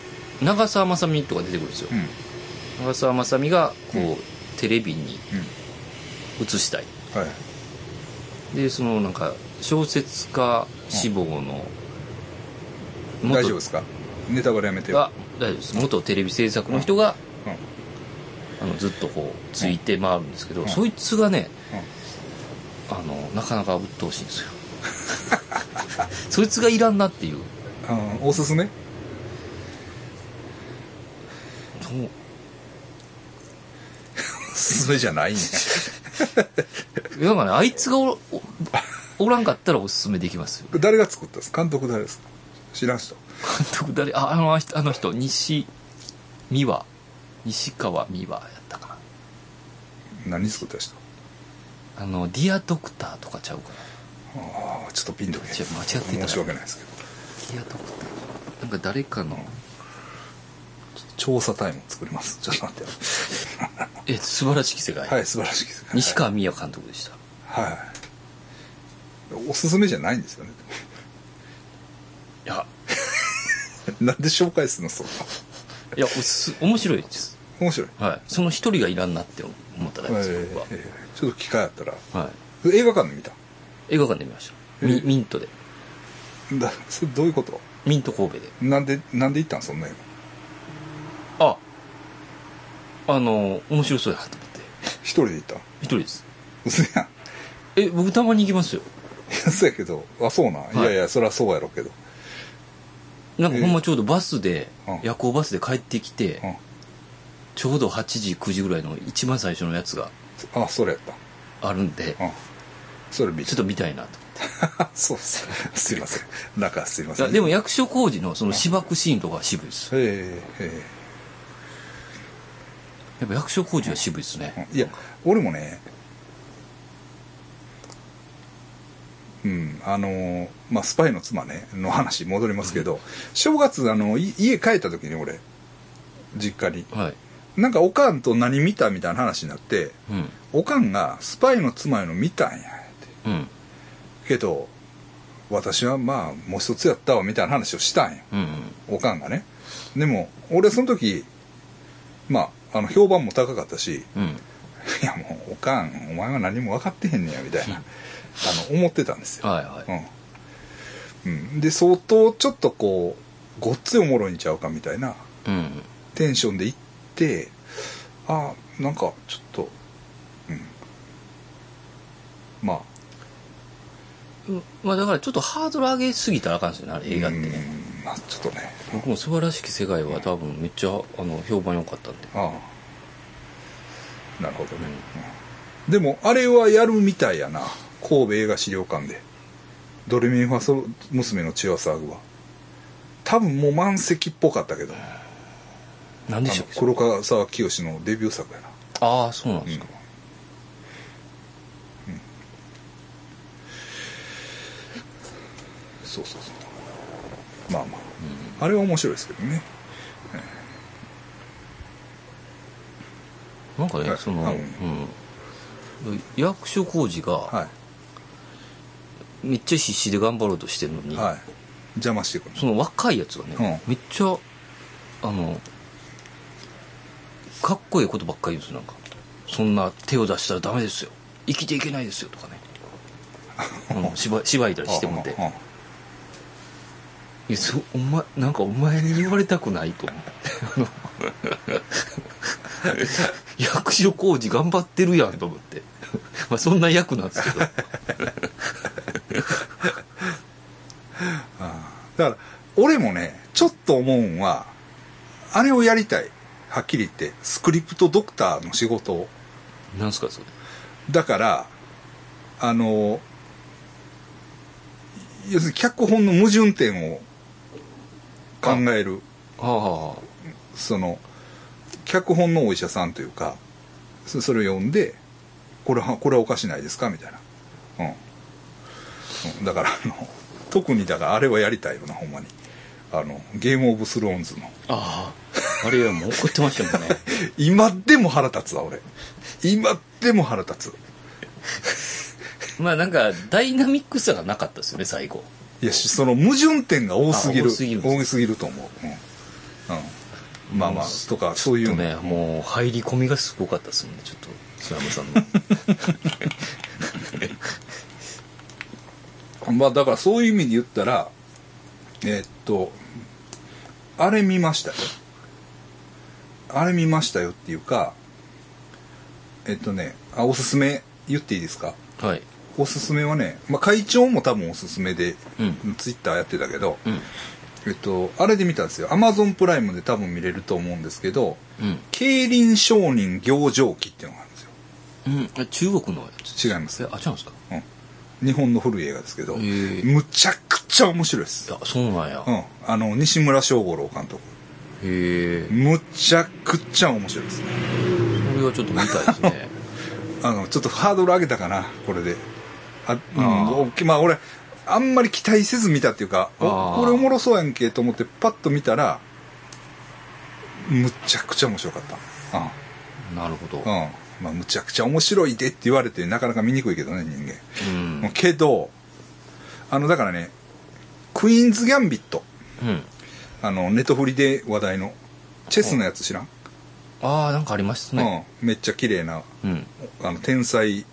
Speaker 2: 長澤まさみとか出てくるんですよ
Speaker 1: うん。うん。
Speaker 2: 長澤まさみがこう、
Speaker 1: う
Speaker 2: テレビに
Speaker 1: う
Speaker 2: 映したい
Speaker 1: ん。はい。
Speaker 2: でそのなんか小説家志望の元
Speaker 1: 大丈夫ですかネタバレやめてよ。
Speaker 2: が大丈夫です元テレビ制作の人が、
Speaker 1: うん。うん。
Speaker 2: あのずっとこうついて回るんですけど、
Speaker 1: うん
Speaker 2: そいつがねあのなかなか鬱陶しいんですよ (laughs) そいつがいらんなっていう
Speaker 1: あーおすすめ
Speaker 2: そう
Speaker 1: おすすめじゃないね。
Speaker 2: なんかねあいつがおおおらんかったらおすすめできますよ
Speaker 1: これ誰が作ったんですか監督誰ですか知らん人。
Speaker 2: 監督誰ああの人あの人西美和西川美和やったかな
Speaker 1: 何作った人
Speaker 2: あの「ディア・ドクター」とかちゃうかな
Speaker 1: ああ、ちょっとピンとけ。
Speaker 2: ちょ間違ってたな
Speaker 1: 申し訳ないですけど。
Speaker 2: ディア・ドクターなんか誰かの
Speaker 1: ちょっと調査タイムを作ります。ちょっと待ってよ。
Speaker 2: え素晴らしき世界、
Speaker 1: はい、素晴らしいです。
Speaker 2: 西川美和監督でした
Speaker 1: はい。おすすめじゃないんですよね。
Speaker 2: いや
Speaker 1: なんで紹介するのそんない
Speaker 2: やおす面白いです
Speaker 1: 面白い。
Speaker 2: はいその一人がいらんなって思っただけです僕は、
Speaker 1: えーちょっと機会あったら。
Speaker 2: は
Speaker 1: 映画館で見た
Speaker 2: い、映画館で見ましたミ
Speaker 1: え
Speaker 2: ミントで
Speaker 1: だそれどういうこと
Speaker 2: ミント神戸で
Speaker 1: なんで、なんで行ったんそんな映
Speaker 2: ああの面白そうやなと思って
Speaker 1: 画。一人で行った
Speaker 2: 一人です
Speaker 1: 嘘やん。い
Speaker 2: え僕たまに行きますよ
Speaker 1: や、そうやけど。あ、そうなん。
Speaker 2: い
Speaker 1: い、やいや、そりゃそうやろうけど。
Speaker 2: なんかほんまちょうどバスで、
Speaker 1: うん
Speaker 2: 夜行バスで帰ってきて、
Speaker 1: う
Speaker 2: ちょうど8時9時ぐらいの一番最初のやつが
Speaker 1: ん。あ、それやった。
Speaker 2: あるんで、
Speaker 1: うん。それ見
Speaker 2: ちょ
Speaker 1: た
Speaker 2: っと見たいなと思っ
Speaker 1: あ (laughs) そうっす。すいません。なんかすいま
Speaker 2: てい
Speaker 1: せ
Speaker 2: や
Speaker 1: ん。
Speaker 2: でも役所工事のその芝生シーンとかは渋いです
Speaker 1: えええ
Speaker 2: やっぱ役所工事は渋いですね、
Speaker 1: えうんいや、俺もね、うん、あのーまあ、スパイの妻ね、の話戻りますけど、正月、あの、い家帰った時に俺、実家に。
Speaker 2: はい、
Speaker 1: なんかおかんと何見たみたいな話になって、
Speaker 2: うん
Speaker 1: おかんがスパイの妻いうの見たんやって。
Speaker 2: うん
Speaker 1: けど、私はまあもう一つやったわみたいな話をしたんや。
Speaker 2: うん
Speaker 1: おかんがね。でも、俺その時、まあ、あの、評判も高かったし、
Speaker 2: うんうん
Speaker 1: いやもう、おかん、お前は何も分かってへんねや、みたいな、あの、思ってたんですよ。
Speaker 2: はいはい、
Speaker 1: うん。うん。で、相当ちょっとこう、ごっついおもろいんちゃうかみたいな
Speaker 2: うん
Speaker 1: テンションで行ってあーなんかちょっとうんまあ
Speaker 2: うんまあだからちょっとハードル上げすぎたらあかんですよねあれ映画ってね、
Speaker 1: うんまあちょっとね
Speaker 2: 僕も素晴らしき世界は多分めっちゃあの評判良かったんで
Speaker 1: ああなるほどね、うんでもあれはやるみたいやな神戸映画資料館でドレミファソ娘の血は騒ぐは多分もう満席っぽかったけどあ
Speaker 2: 何で
Speaker 1: の
Speaker 2: したっけ
Speaker 1: 黒川沢清のデビュー作やな
Speaker 2: ああそうなんですか、
Speaker 1: そうそうそうまあまあ、あれは面白いですけどね
Speaker 2: なんかね、
Speaker 1: はい
Speaker 2: その、
Speaker 1: あ
Speaker 2: うん、役所広司が
Speaker 1: は
Speaker 2: めっちゃ必死で頑張ろうとしてるの
Speaker 1: い
Speaker 2: に、
Speaker 1: はい邪魔してくる
Speaker 2: その若いやつがね、めっちゃあのかっこいいことばっかり言うんですよなんかそんな手を出したらダメですよ生きていけないですよとかね (laughs) あの芝芝居たりしてもって
Speaker 1: あああ
Speaker 2: いやそうお前なんかお前に言われたくないと思ってあの (laughs) 役所広司頑張ってるやんと思って (laughs) まあそんな役なんですけ (laughs) ど
Speaker 1: だから俺もねちょっと思うんはあれをやりたいはっきり言ってスクリプトドクターの仕事を
Speaker 2: なんすかそれ
Speaker 1: だからあの要するに脚本の矛盾点を考える
Speaker 2: あ
Speaker 1: その脚本のお医者さんというかそそれを読んでこれはこれはおかしないですかみたいな、うんうん、だからあの特にだからあれはやりたいよなほんまにあのゲーム・オブ・スローンズの
Speaker 2: ああああれはもう怒ってましたもんね
Speaker 1: 今でも腹立つわ俺今でも腹立つ
Speaker 2: まあなんかダイナミックさがなかったですよね最後
Speaker 1: いやしその矛盾点が多すぎる
Speaker 2: あ多すぎるんです
Speaker 1: 多すぎると思う、うんうん、まあまあとかそうい
Speaker 2: ち
Speaker 1: う
Speaker 2: ょっと
Speaker 1: の
Speaker 2: ねもう入り込みがすごかったですもんねちょっと白山さんの
Speaker 1: まあだからそういう意味で言ったらえーっとあれ見ましたよあれ見ましたよっていうかえっとねあおすすめ言っていいですか
Speaker 2: (laughs) はい
Speaker 1: おすすめはね、まあ、会長も多分おすすめで、
Speaker 2: うん
Speaker 1: ツイッターやってたけど、
Speaker 2: うん
Speaker 1: えっと、あれで見たんですよアマゾンプライムで多分見れると思うんですけど
Speaker 2: うん
Speaker 1: 「競輪商人行上記」っていうのがあるんですよ
Speaker 2: うんあ中国のやつ
Speaker 1: 違います
Speaker 2: えあ違うんですか
Speaker 1: うん、日本の古い映画ですけど、
Speaker 2: へえ
Speaker 1: むちゃくちゃ面白いです
Speaker 2: いやそうなんや、
Speaker 1: う
Speaker 2: へ
Speaker 1: ん、あの西村省五郎監督
Speaker 2: え
Speaker 1: むちゃくちゃ面白いですね
Speaker 2: これはちょっと見たいですね
Speaker 1: あのちょっとハードル上げたかなこれであ
Speaker 2: あ
Speaker 1: うんおまあ俺あんまり期待せず見たっていうか
Speaker 2: あ
Speaker 1: お
Speaker 2: ー
Speaker 1: これおもろそうやんけと思ってパッと見たらむちゃくちゃ面白かったうん
Speaker 2: なるほど
Speaker 1: うんまあむちゃくちゃ面白いでって言われてなかなか見にくいけどね人間
Speaker 2: うん
Speaker 1: うんけどあのだからねクイーンズ・ギャンビット
Speaker 2: うん
Speaker 1: あのネトフリで話題のチェスのやつ知らん、
Speaker 2: ああなんかありますね
Speaker 1: うん、めっちゃ綺麗な
Speaker 2: うん
Speaker 1: あの天才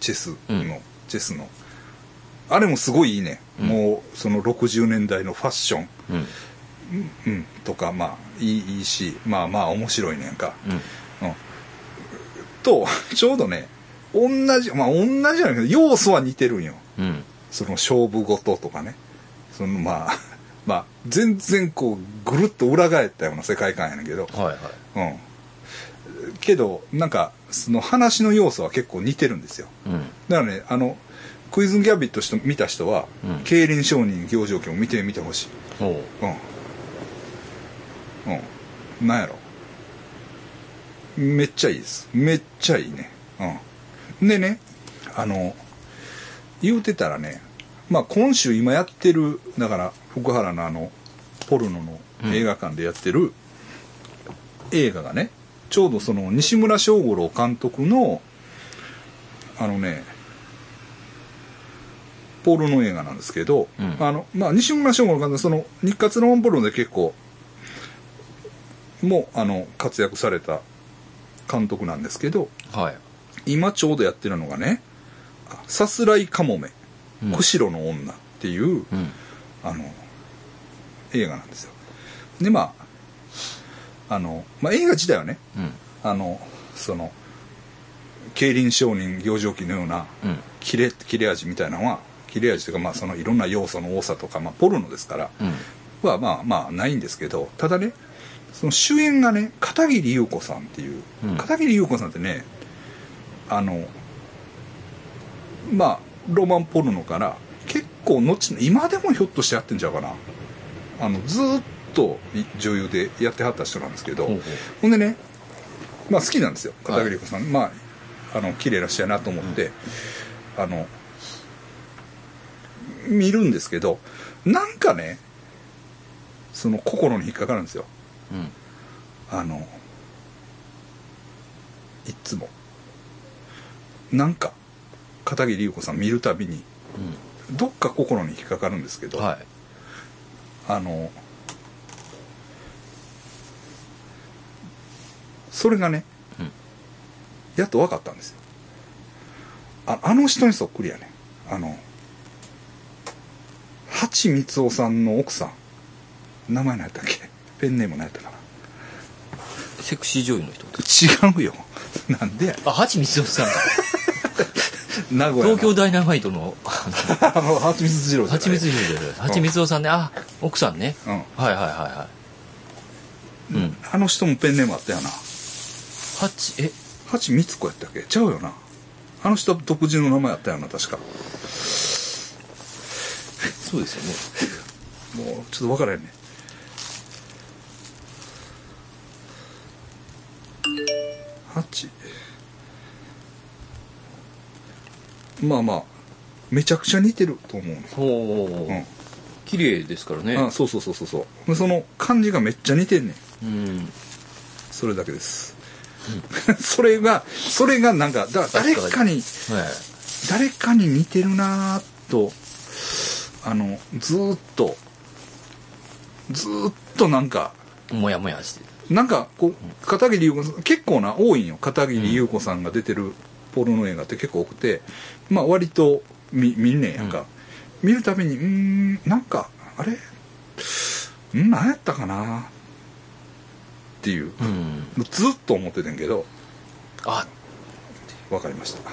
Speaker 1: チェスの、
Speaker 2: うん
Speaker 1: チェスのあれもすごいいいね、
Speaker 2: うん
Speaker 1: もうその60年代のファッション、
Speaker 2: うん
Speaker 1: うん、とかまあいいいいしまあまあ面白いねんか、
Speaker 2: うん
Speaker 1: うん、と (laughs) ちょうどね同じまあ同じじゃないけど要素は似てるんよ
Speaker 2: うん
Speaker 1: その勝負事とかねそのまあ (laughs) まあ全然こうぐるっと裏返ったような世界観やねんけど、
Speaker 2: はいはい
Speaker 1: うん、けどなんかその話の要素は結構似てるんですよ
Speaker 2: うん
Speaker 1: だからねあのクイズ・ギャビットし見た人は
Speaker 2: うん
Speaker 1: 「競輪商人行状記」を見てみてほしい
Speaker 2: おう
Speaker 1: うんうんなんやろめっちゃいいですめっちゃいいねうんでねあの言うてたらねまあ今週今やってるだから福原のあのポルノの映画館でやってる映画がねちょうどその西村省五郎監督のあのねポルノ映画なんですけど、
Speaker 2: うん
Speaker 1: あのまあ、西村省吾の監督その日活のオンポルノで結構もうあの活躍された監督なんですけど
Speaker 2: はい
Speaker 1: 今ちょうどやってるのがねあ「さすらいかもめ
Speaker 2: うん
Speaker 1: 釧路の女」っていう、
Speaker 2: うん
Speaker 1: あの映画なんですよでまああの、まあ、映画自体はね
Speaker 2: うん
Speaker 1: あのその競輪商人行上記のような
Speaker 2: うん
Speaker 1: 切れ切れ味みたいなのは切れ味というか、まあ、そのいろんな要素の多さとか、まあ、ポルノですから
Speaker 2: うん
Speaker 1: くはまあまあないんですけどただねその主演がね片桐優子さんっていう、
Speaker 2: うん
Speaker 1: 片桐優子さんってねあのまあロマンポルノから結構後の今でもひょっとしてやってんちゃうかなあのずーっと女優でやってはった人なんですけど、
Speaker 2: ほうほう
Speaker 1: ほんでね、まあ、好きなんですよ
Speaker 2: はい
Speaker 1: 片桐子さん、まああの綺麗な人やなと思って、あの見るんですけどなんかねその心に引っかかるんですよ
Speaker 2: うん
Speaker 1: あのいっつもなんか片桐優子さん見るたびにどっか心に引っかかるんですけ
Speaker 2: う
Speaker 1: ど、
Speaker 2: んはい
Speaker 1: あのそれがね、
Speaker 2: うん
Speaker 1: やっと分かったんですよああの人にそっくりやねあの八光雄さんの奥さん名前何やったっけペンネーム何やったか
Speaker 2: セクシー女優の人
Speaker 1: な違うよ (laughs) なんでや
Speaker 2: あハチミツ
Speaker 1: (laughs)
Speaker 2: さんか
Speaker 1: 名古屋の
Speaker 2: 東京ダイナマイトの
Speaker 1: (laughs)
Speaker 2: あの
Speaker 1: あの八光二郎じゃない
Speaker 2: はちみつじゅうじゃはちみつおさんね。あ、奥さんね。
Speaker 1: うん
Speaker 2: はいはいはいはい。うん。
Speaker 1: あの人もペンネームあったよな
Speaker 2: はち、え、
Speaker 1: 八光子やったっけちゃうよなあの人は独自の名前あったよな確か
Speaker 2: そうですよね。
Speaker 1: もうちょっと分からへんね8まあまあめちゃくちゃ似てると思うの
Speaker 2: ほう、
Speaker 1: うん
Speaker 2: 綺麗ですからね。
Speaker 1: あそうそうそうそうそうでその感じがめっちゃ似てんねん
Speaker 2: うん。
Speaker 1: それだけです、 (laughs) それがそれがなんかだから誰かに
Speaker 2: はい。
Speaker 1: 誰かに似てるなーとあのずーっとずーっとなんか
Speaker 2: もやもやして。
Speaker 1: なんかこう片桐優子さん結構な多いんよ片桐優子さんが出てるポルノ映画って結構多くて、まあ割と見見んねんやんか、見るたびにうーんなんかあれん何やったかなっていう
Speaker 2: うん。
Speaker 1: ずっと思っててんけど
Speaker 2: あ、
Speaker 1: 分かりました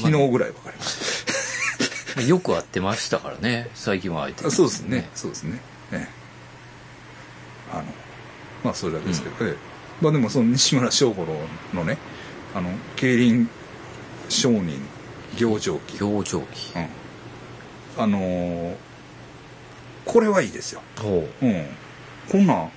Speaker 1: 昨日ぐらい分かりました、
Speaker 2: よく会ってましたからね。最近は会えて、
Speaker 1: あそうですね。そうですねええあのまあそれだけですけど、ええまあでもその西村省五郎のねあの競輪商人行情記、うん、
Speaker 2: 表情期。
Speaker 1: あのーこれはいいですよ、
Speaker 2: ほ
Speaker 1: うん、こんなん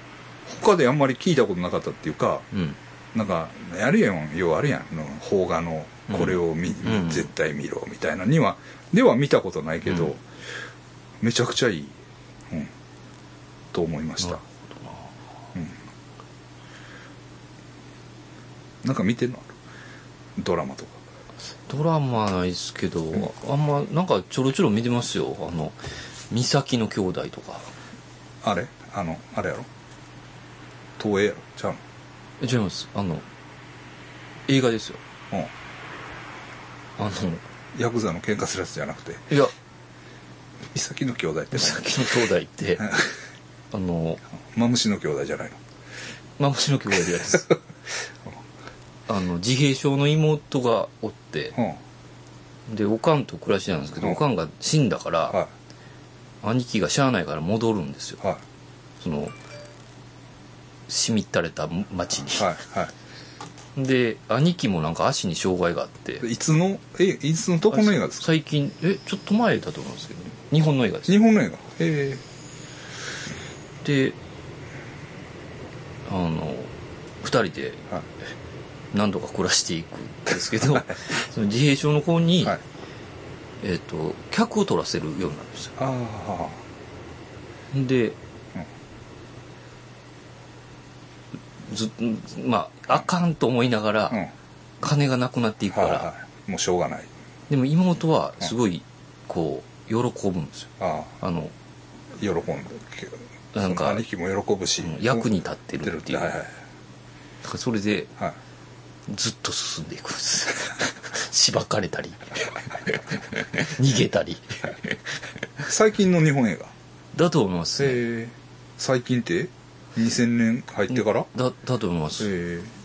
Speaker 1: 他であんまり聞いたことなかったっていうか
Speaker 2: う。うん。
Speaker 1: なんかあるやんようあるやんあの邦画のこれを見、
Speaker 2: うん
Speaker 1: 絶対見ろみたいなにはでは見たことないけど、
Speaker 2: うん
Speaker 1: めちゃくちゃいい、うん、と思いました、うん、なんか見てんのあるドラマとか
Speaker 2: ドラマはないですけど、あんま、なんかちょろちょろ見てますよ。あの、美咲の兄弟とか。
Speaker 1: あれあのあれやろ東映やろちゃう
Speaker 2: え違います。あの、映画ですよ。
Speaker 1: の、うん
Speaker 2: あの、
Speaker 1: ヤクザの喧嘩するやつじゃなくて
Speaker 2: いや、
Speaker 1: 岬の兄弟って
Speaker 2: 美咲の兄
Speaker 1: (laughs)
Speaker 2: 弟って、あの、
Speaker 1: マムシの兄弟じゃないの
Speaker 2: まあ、星の兄弟です。
Speaker 1: (laughs)
Speaker 2: あの、自閉症の妹がおって、
Speaker 1: うん
Speaker 2: で、おかんと暮らしてたんですけど、
Speaker 1: うん
Speaker 2: おかんが死んだから、
Speaker 1: は
Speaker 2: 兄貴がしゃあないから戻るんですよ
Speaker 1: い。はい
Speaker 2: その、しみったれた町に。
Speaker 1: はいは
Speaker 2: で、兄貴もなんか足に障害があって
Speaker 1: いで、いつのえいつのどこの映画ですか
Speaker 2: 最近、え、ちょっと前だと思うんですけど、日本の映画です。
Speaker 1: 日本の映画え
Speaker 2: で、あの、二人で
Speaker 1: えは
Speaker 2: 何とか暮らしていくんですけど、 (laughs) その自閉症の子に、
Speaker 1: い、はい、
Speaker 2: えっ、と、客を取らせるようになるんですよ。
Speaker 1: ああ
Speaker 2: で、ず、まあ、あかんと思いながら、
Speaker 1: うんはい
Speaker 2: 金がなくなっていくから、
Speaker 1: はいもうしょうがない
Speaker 2: でも妹はすごい、こう、喜ぶんですよ。
Speaker 1: ああ
Speaker 2: あの、
Speaker 1: 喜んで
Speaker 2: なんか
Speaker 1: 兄貴も喜ぶし、
Speaker 2: うん役に立ってるっていう。
Speaker 1: はいはい
Speaker 2: だからそれで、
Speaker 1: はい
Speaker 2: ずっと進んでいくんです。 (laughs) しばかれたり、逃げたり。
Speaker 1: 最近の日本映画
Speaker 2: だと思います、ね。
Speaker 1: ええ最近って2000年入ってから、
Speaker 2: だ、だと思います。
Speaker 1: ええ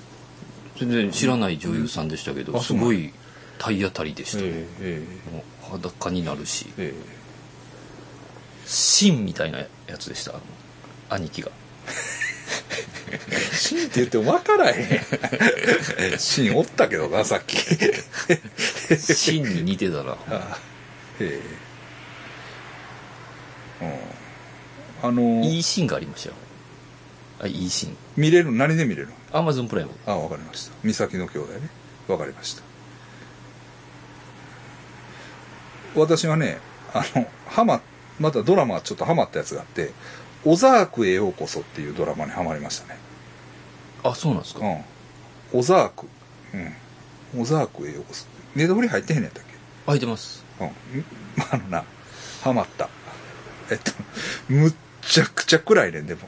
Speaker 2: 全然知らない女優さんでしたけど、
Speaker 1: うんあ
Speaker 2: す
Speaker 1: そうなん
Speaker 2: ご
Speaker 1: や
Speaker 2: い体当たりでした、
Speaker 1: えええ
Speaker 2: もう裸になるし
Speaker 1: えええ
Speaker 2: 芯みたいなやつでしたあの兄 (laughs) 貴が
Speaker 1: シンって言っても分から
Speaker 2: (laughs)
Speaker 1: へんシンおったけどなさっき
Speaker 2: 芯に似てたな
Speaker 1: あへえうんあの
Speaker 2: いいシーンがありましたよあいいシーン
Speaker 1: 見れる何で見れる
Speaker 2: アマゾンプライム
Speaker 1: あ分かりました三崎の兄弟ね分かりました私はねあのハマまたドラマちょっとハマったやつがあって「小沢区へようこそ」っていうドラマにハマりましたね
Speaker 2: あそうなんですか
Speaker 1: うん小沢区うん小沢区へようこそネタフリ入ってへんねやったっ
Speaker 2: 空いてます
Speaker 1: けうんんあのなハマったえっとむっちゃくちゃ暗いねんでも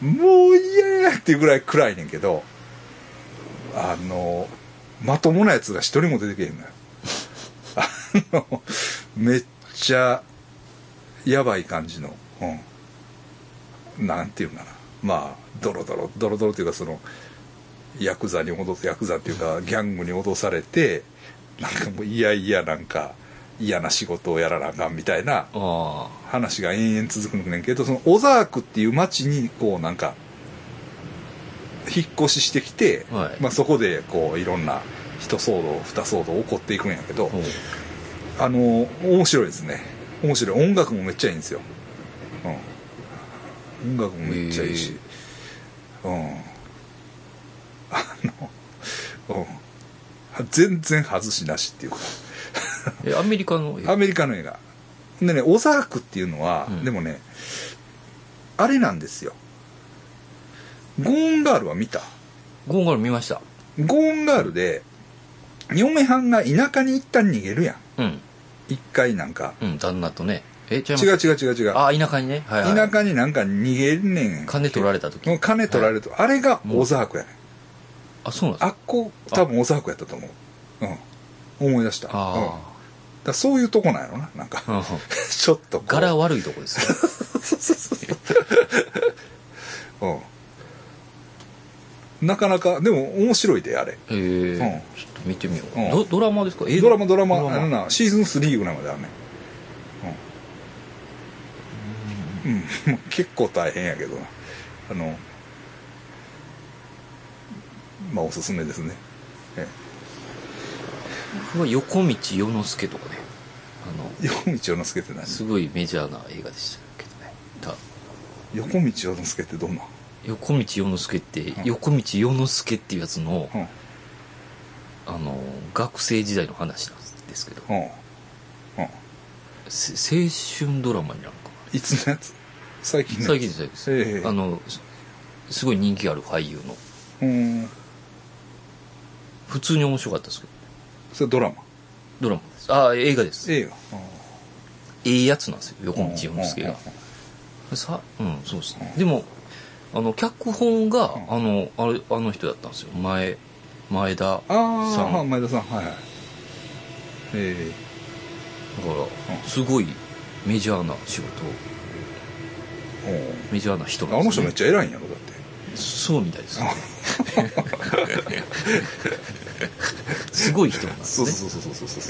Speaker 1: もう嫌やっていうぐらい暗いねんけどあのまともなやつが一人も出てけへんのよあのめっちゃやばい感じの、うん、なんていうんかなまあドロドロドロドロっていうかそのヤクザに戻ってヤクザっていうかギャングに脅されてなんかもういやいやなんか嫌な仕事をやらなあかんみたいな
Speaker 2: あ
Speaker 1: 話が延々続くねんけどその小沢区っていう町にこうなんか引っ越ししてきて、
Speaker 2: はい
Speaker 1: まあ、そこでこういろんな一騒動二騒動起こっていくんやけど、
Speaker 2: あほう
Speaker 1: あの面白いですね面白い音楽もめっちゃいいんですよ、うん、音楽もめっちゃいいし、うんあの、うん、全然外しなしっていうか
Speaker 2: えアメリカのえ
Speaker 1: アメリカの映画でね「オザーク」っていうのは、
Speaker 2: うん
Speaker 1: でもねあれなんですよゴーンガールは見た
Speaker 2: ゴーンガール見ました
Speaker 1: ゴーンガールで嫁はんが田舎に一旦逃げるやん
Speaker 2: うん
Speaker 1: 一回なんか
Speaker 2: うん旦那とねえ違います
Speaker 1: 違う違う違う違う
Speaker 2: あ田舎にねはい、は
Speaker 1: 田
Speaker 2: い、
Speaker 1: 舎になんか逃げんねん
Speaker 2: 金取られた時
Speaker 1: もう金取られると、あれが小沢区やねん
Speaker 2: あそうなんです
Speaker 1: あ
Speaker 2: か
Speaker 1: っこ多分小沢区やったと思ううん思い出した、うん、だか
Speaker 2: あ
Speaker 1: らそういうとこなんやろななん
Speaker 2: あ、う
Speaker 1: か
Speaker 2: ん
Speaker 1: (laughs) ちょっとこう
Speaker 2: 柄悪いとこですよ
Speaker 1: (laughs) うんなかなかでも面白いであれ (laughs)
Speaker 2: え
Speaker 1: うん
Speaker 2: ーちょっと見てみよう、
Speaker 1: うん
Speaker 2: どドラマですか映像
Speaker 1: ドラマドラマ
Speaker 2: ドラ
Speaker 1: あのなシーズン3ぐらいまであるねうん、うん、 (laughs) 結構大変やけどなあのまあおすすめですねえ
Speaker 2: 僕は横道世之助とかねあの
Speaker 1: え横道洋之助って何
Speaker 2: すごいメジャーな映画でしたけどねた
Speaker 1: 横道洋之助ってどんな、
Speaker 2: 横道世之助って、
Speaker 1: ん
Speaker 2: 横道世之助っていうやつの、
Speaker 1: うん
Speaker 2: あの学生時代の話なんですけど
Speaker 1: うんうん、
Speaker 2: せ青春ドラマになるのか
Speaker 1: いつのやつ最近
Speaker 2: な
Speaker 1: の
Speaker 2: 最近時代です、
Speaker 1: ええ
Speaker 2: あのすすごい人気ある俳優
Speaker 1: う
Speaker 2: の
Speaker 1: ん
Speaker 2: 普通に面白かったですけど
Speaker 1: それドラマ
Speaker 2: ドラマですああ映画ですえ
Speaker 1: 映画
Speaker 2: えやつなんですよ横道世之助
Speaker 1: うんう
Speaker 2: が
Speaker 1: んうん
Speaker 2: さうんそうですね
Speaker 1: うん
Speaker 2: でもあの脚本が
Speaker 1: ん
Speaker 2: あのあれあの人だったんですよ前前田だか
Speaker 1: あ
Speaker 2: さん
Speaker 1: あはい前田さんはいはいえ
Speaker 2: らすごいメジャーな仕事
Speaker 1: え
Speaker 2: メジャーな人
Speaker 1: うん
Speaker 2: な
Speaker 1: あ
Speaker 2: ん
Speaker 1: の
Speaker 2: です
Speaker 1: 人
Speaker 2: よ
Speaker 1: めっ
Speaker 2: ね
Speaker 1: ちゃ偉いんやろだって
Speaker 2: そうみたいです
Speaker 1: (laughs)
Speaker 2: すごい人なんですね (laughs)
Speaker 1: そうそうそうそうそう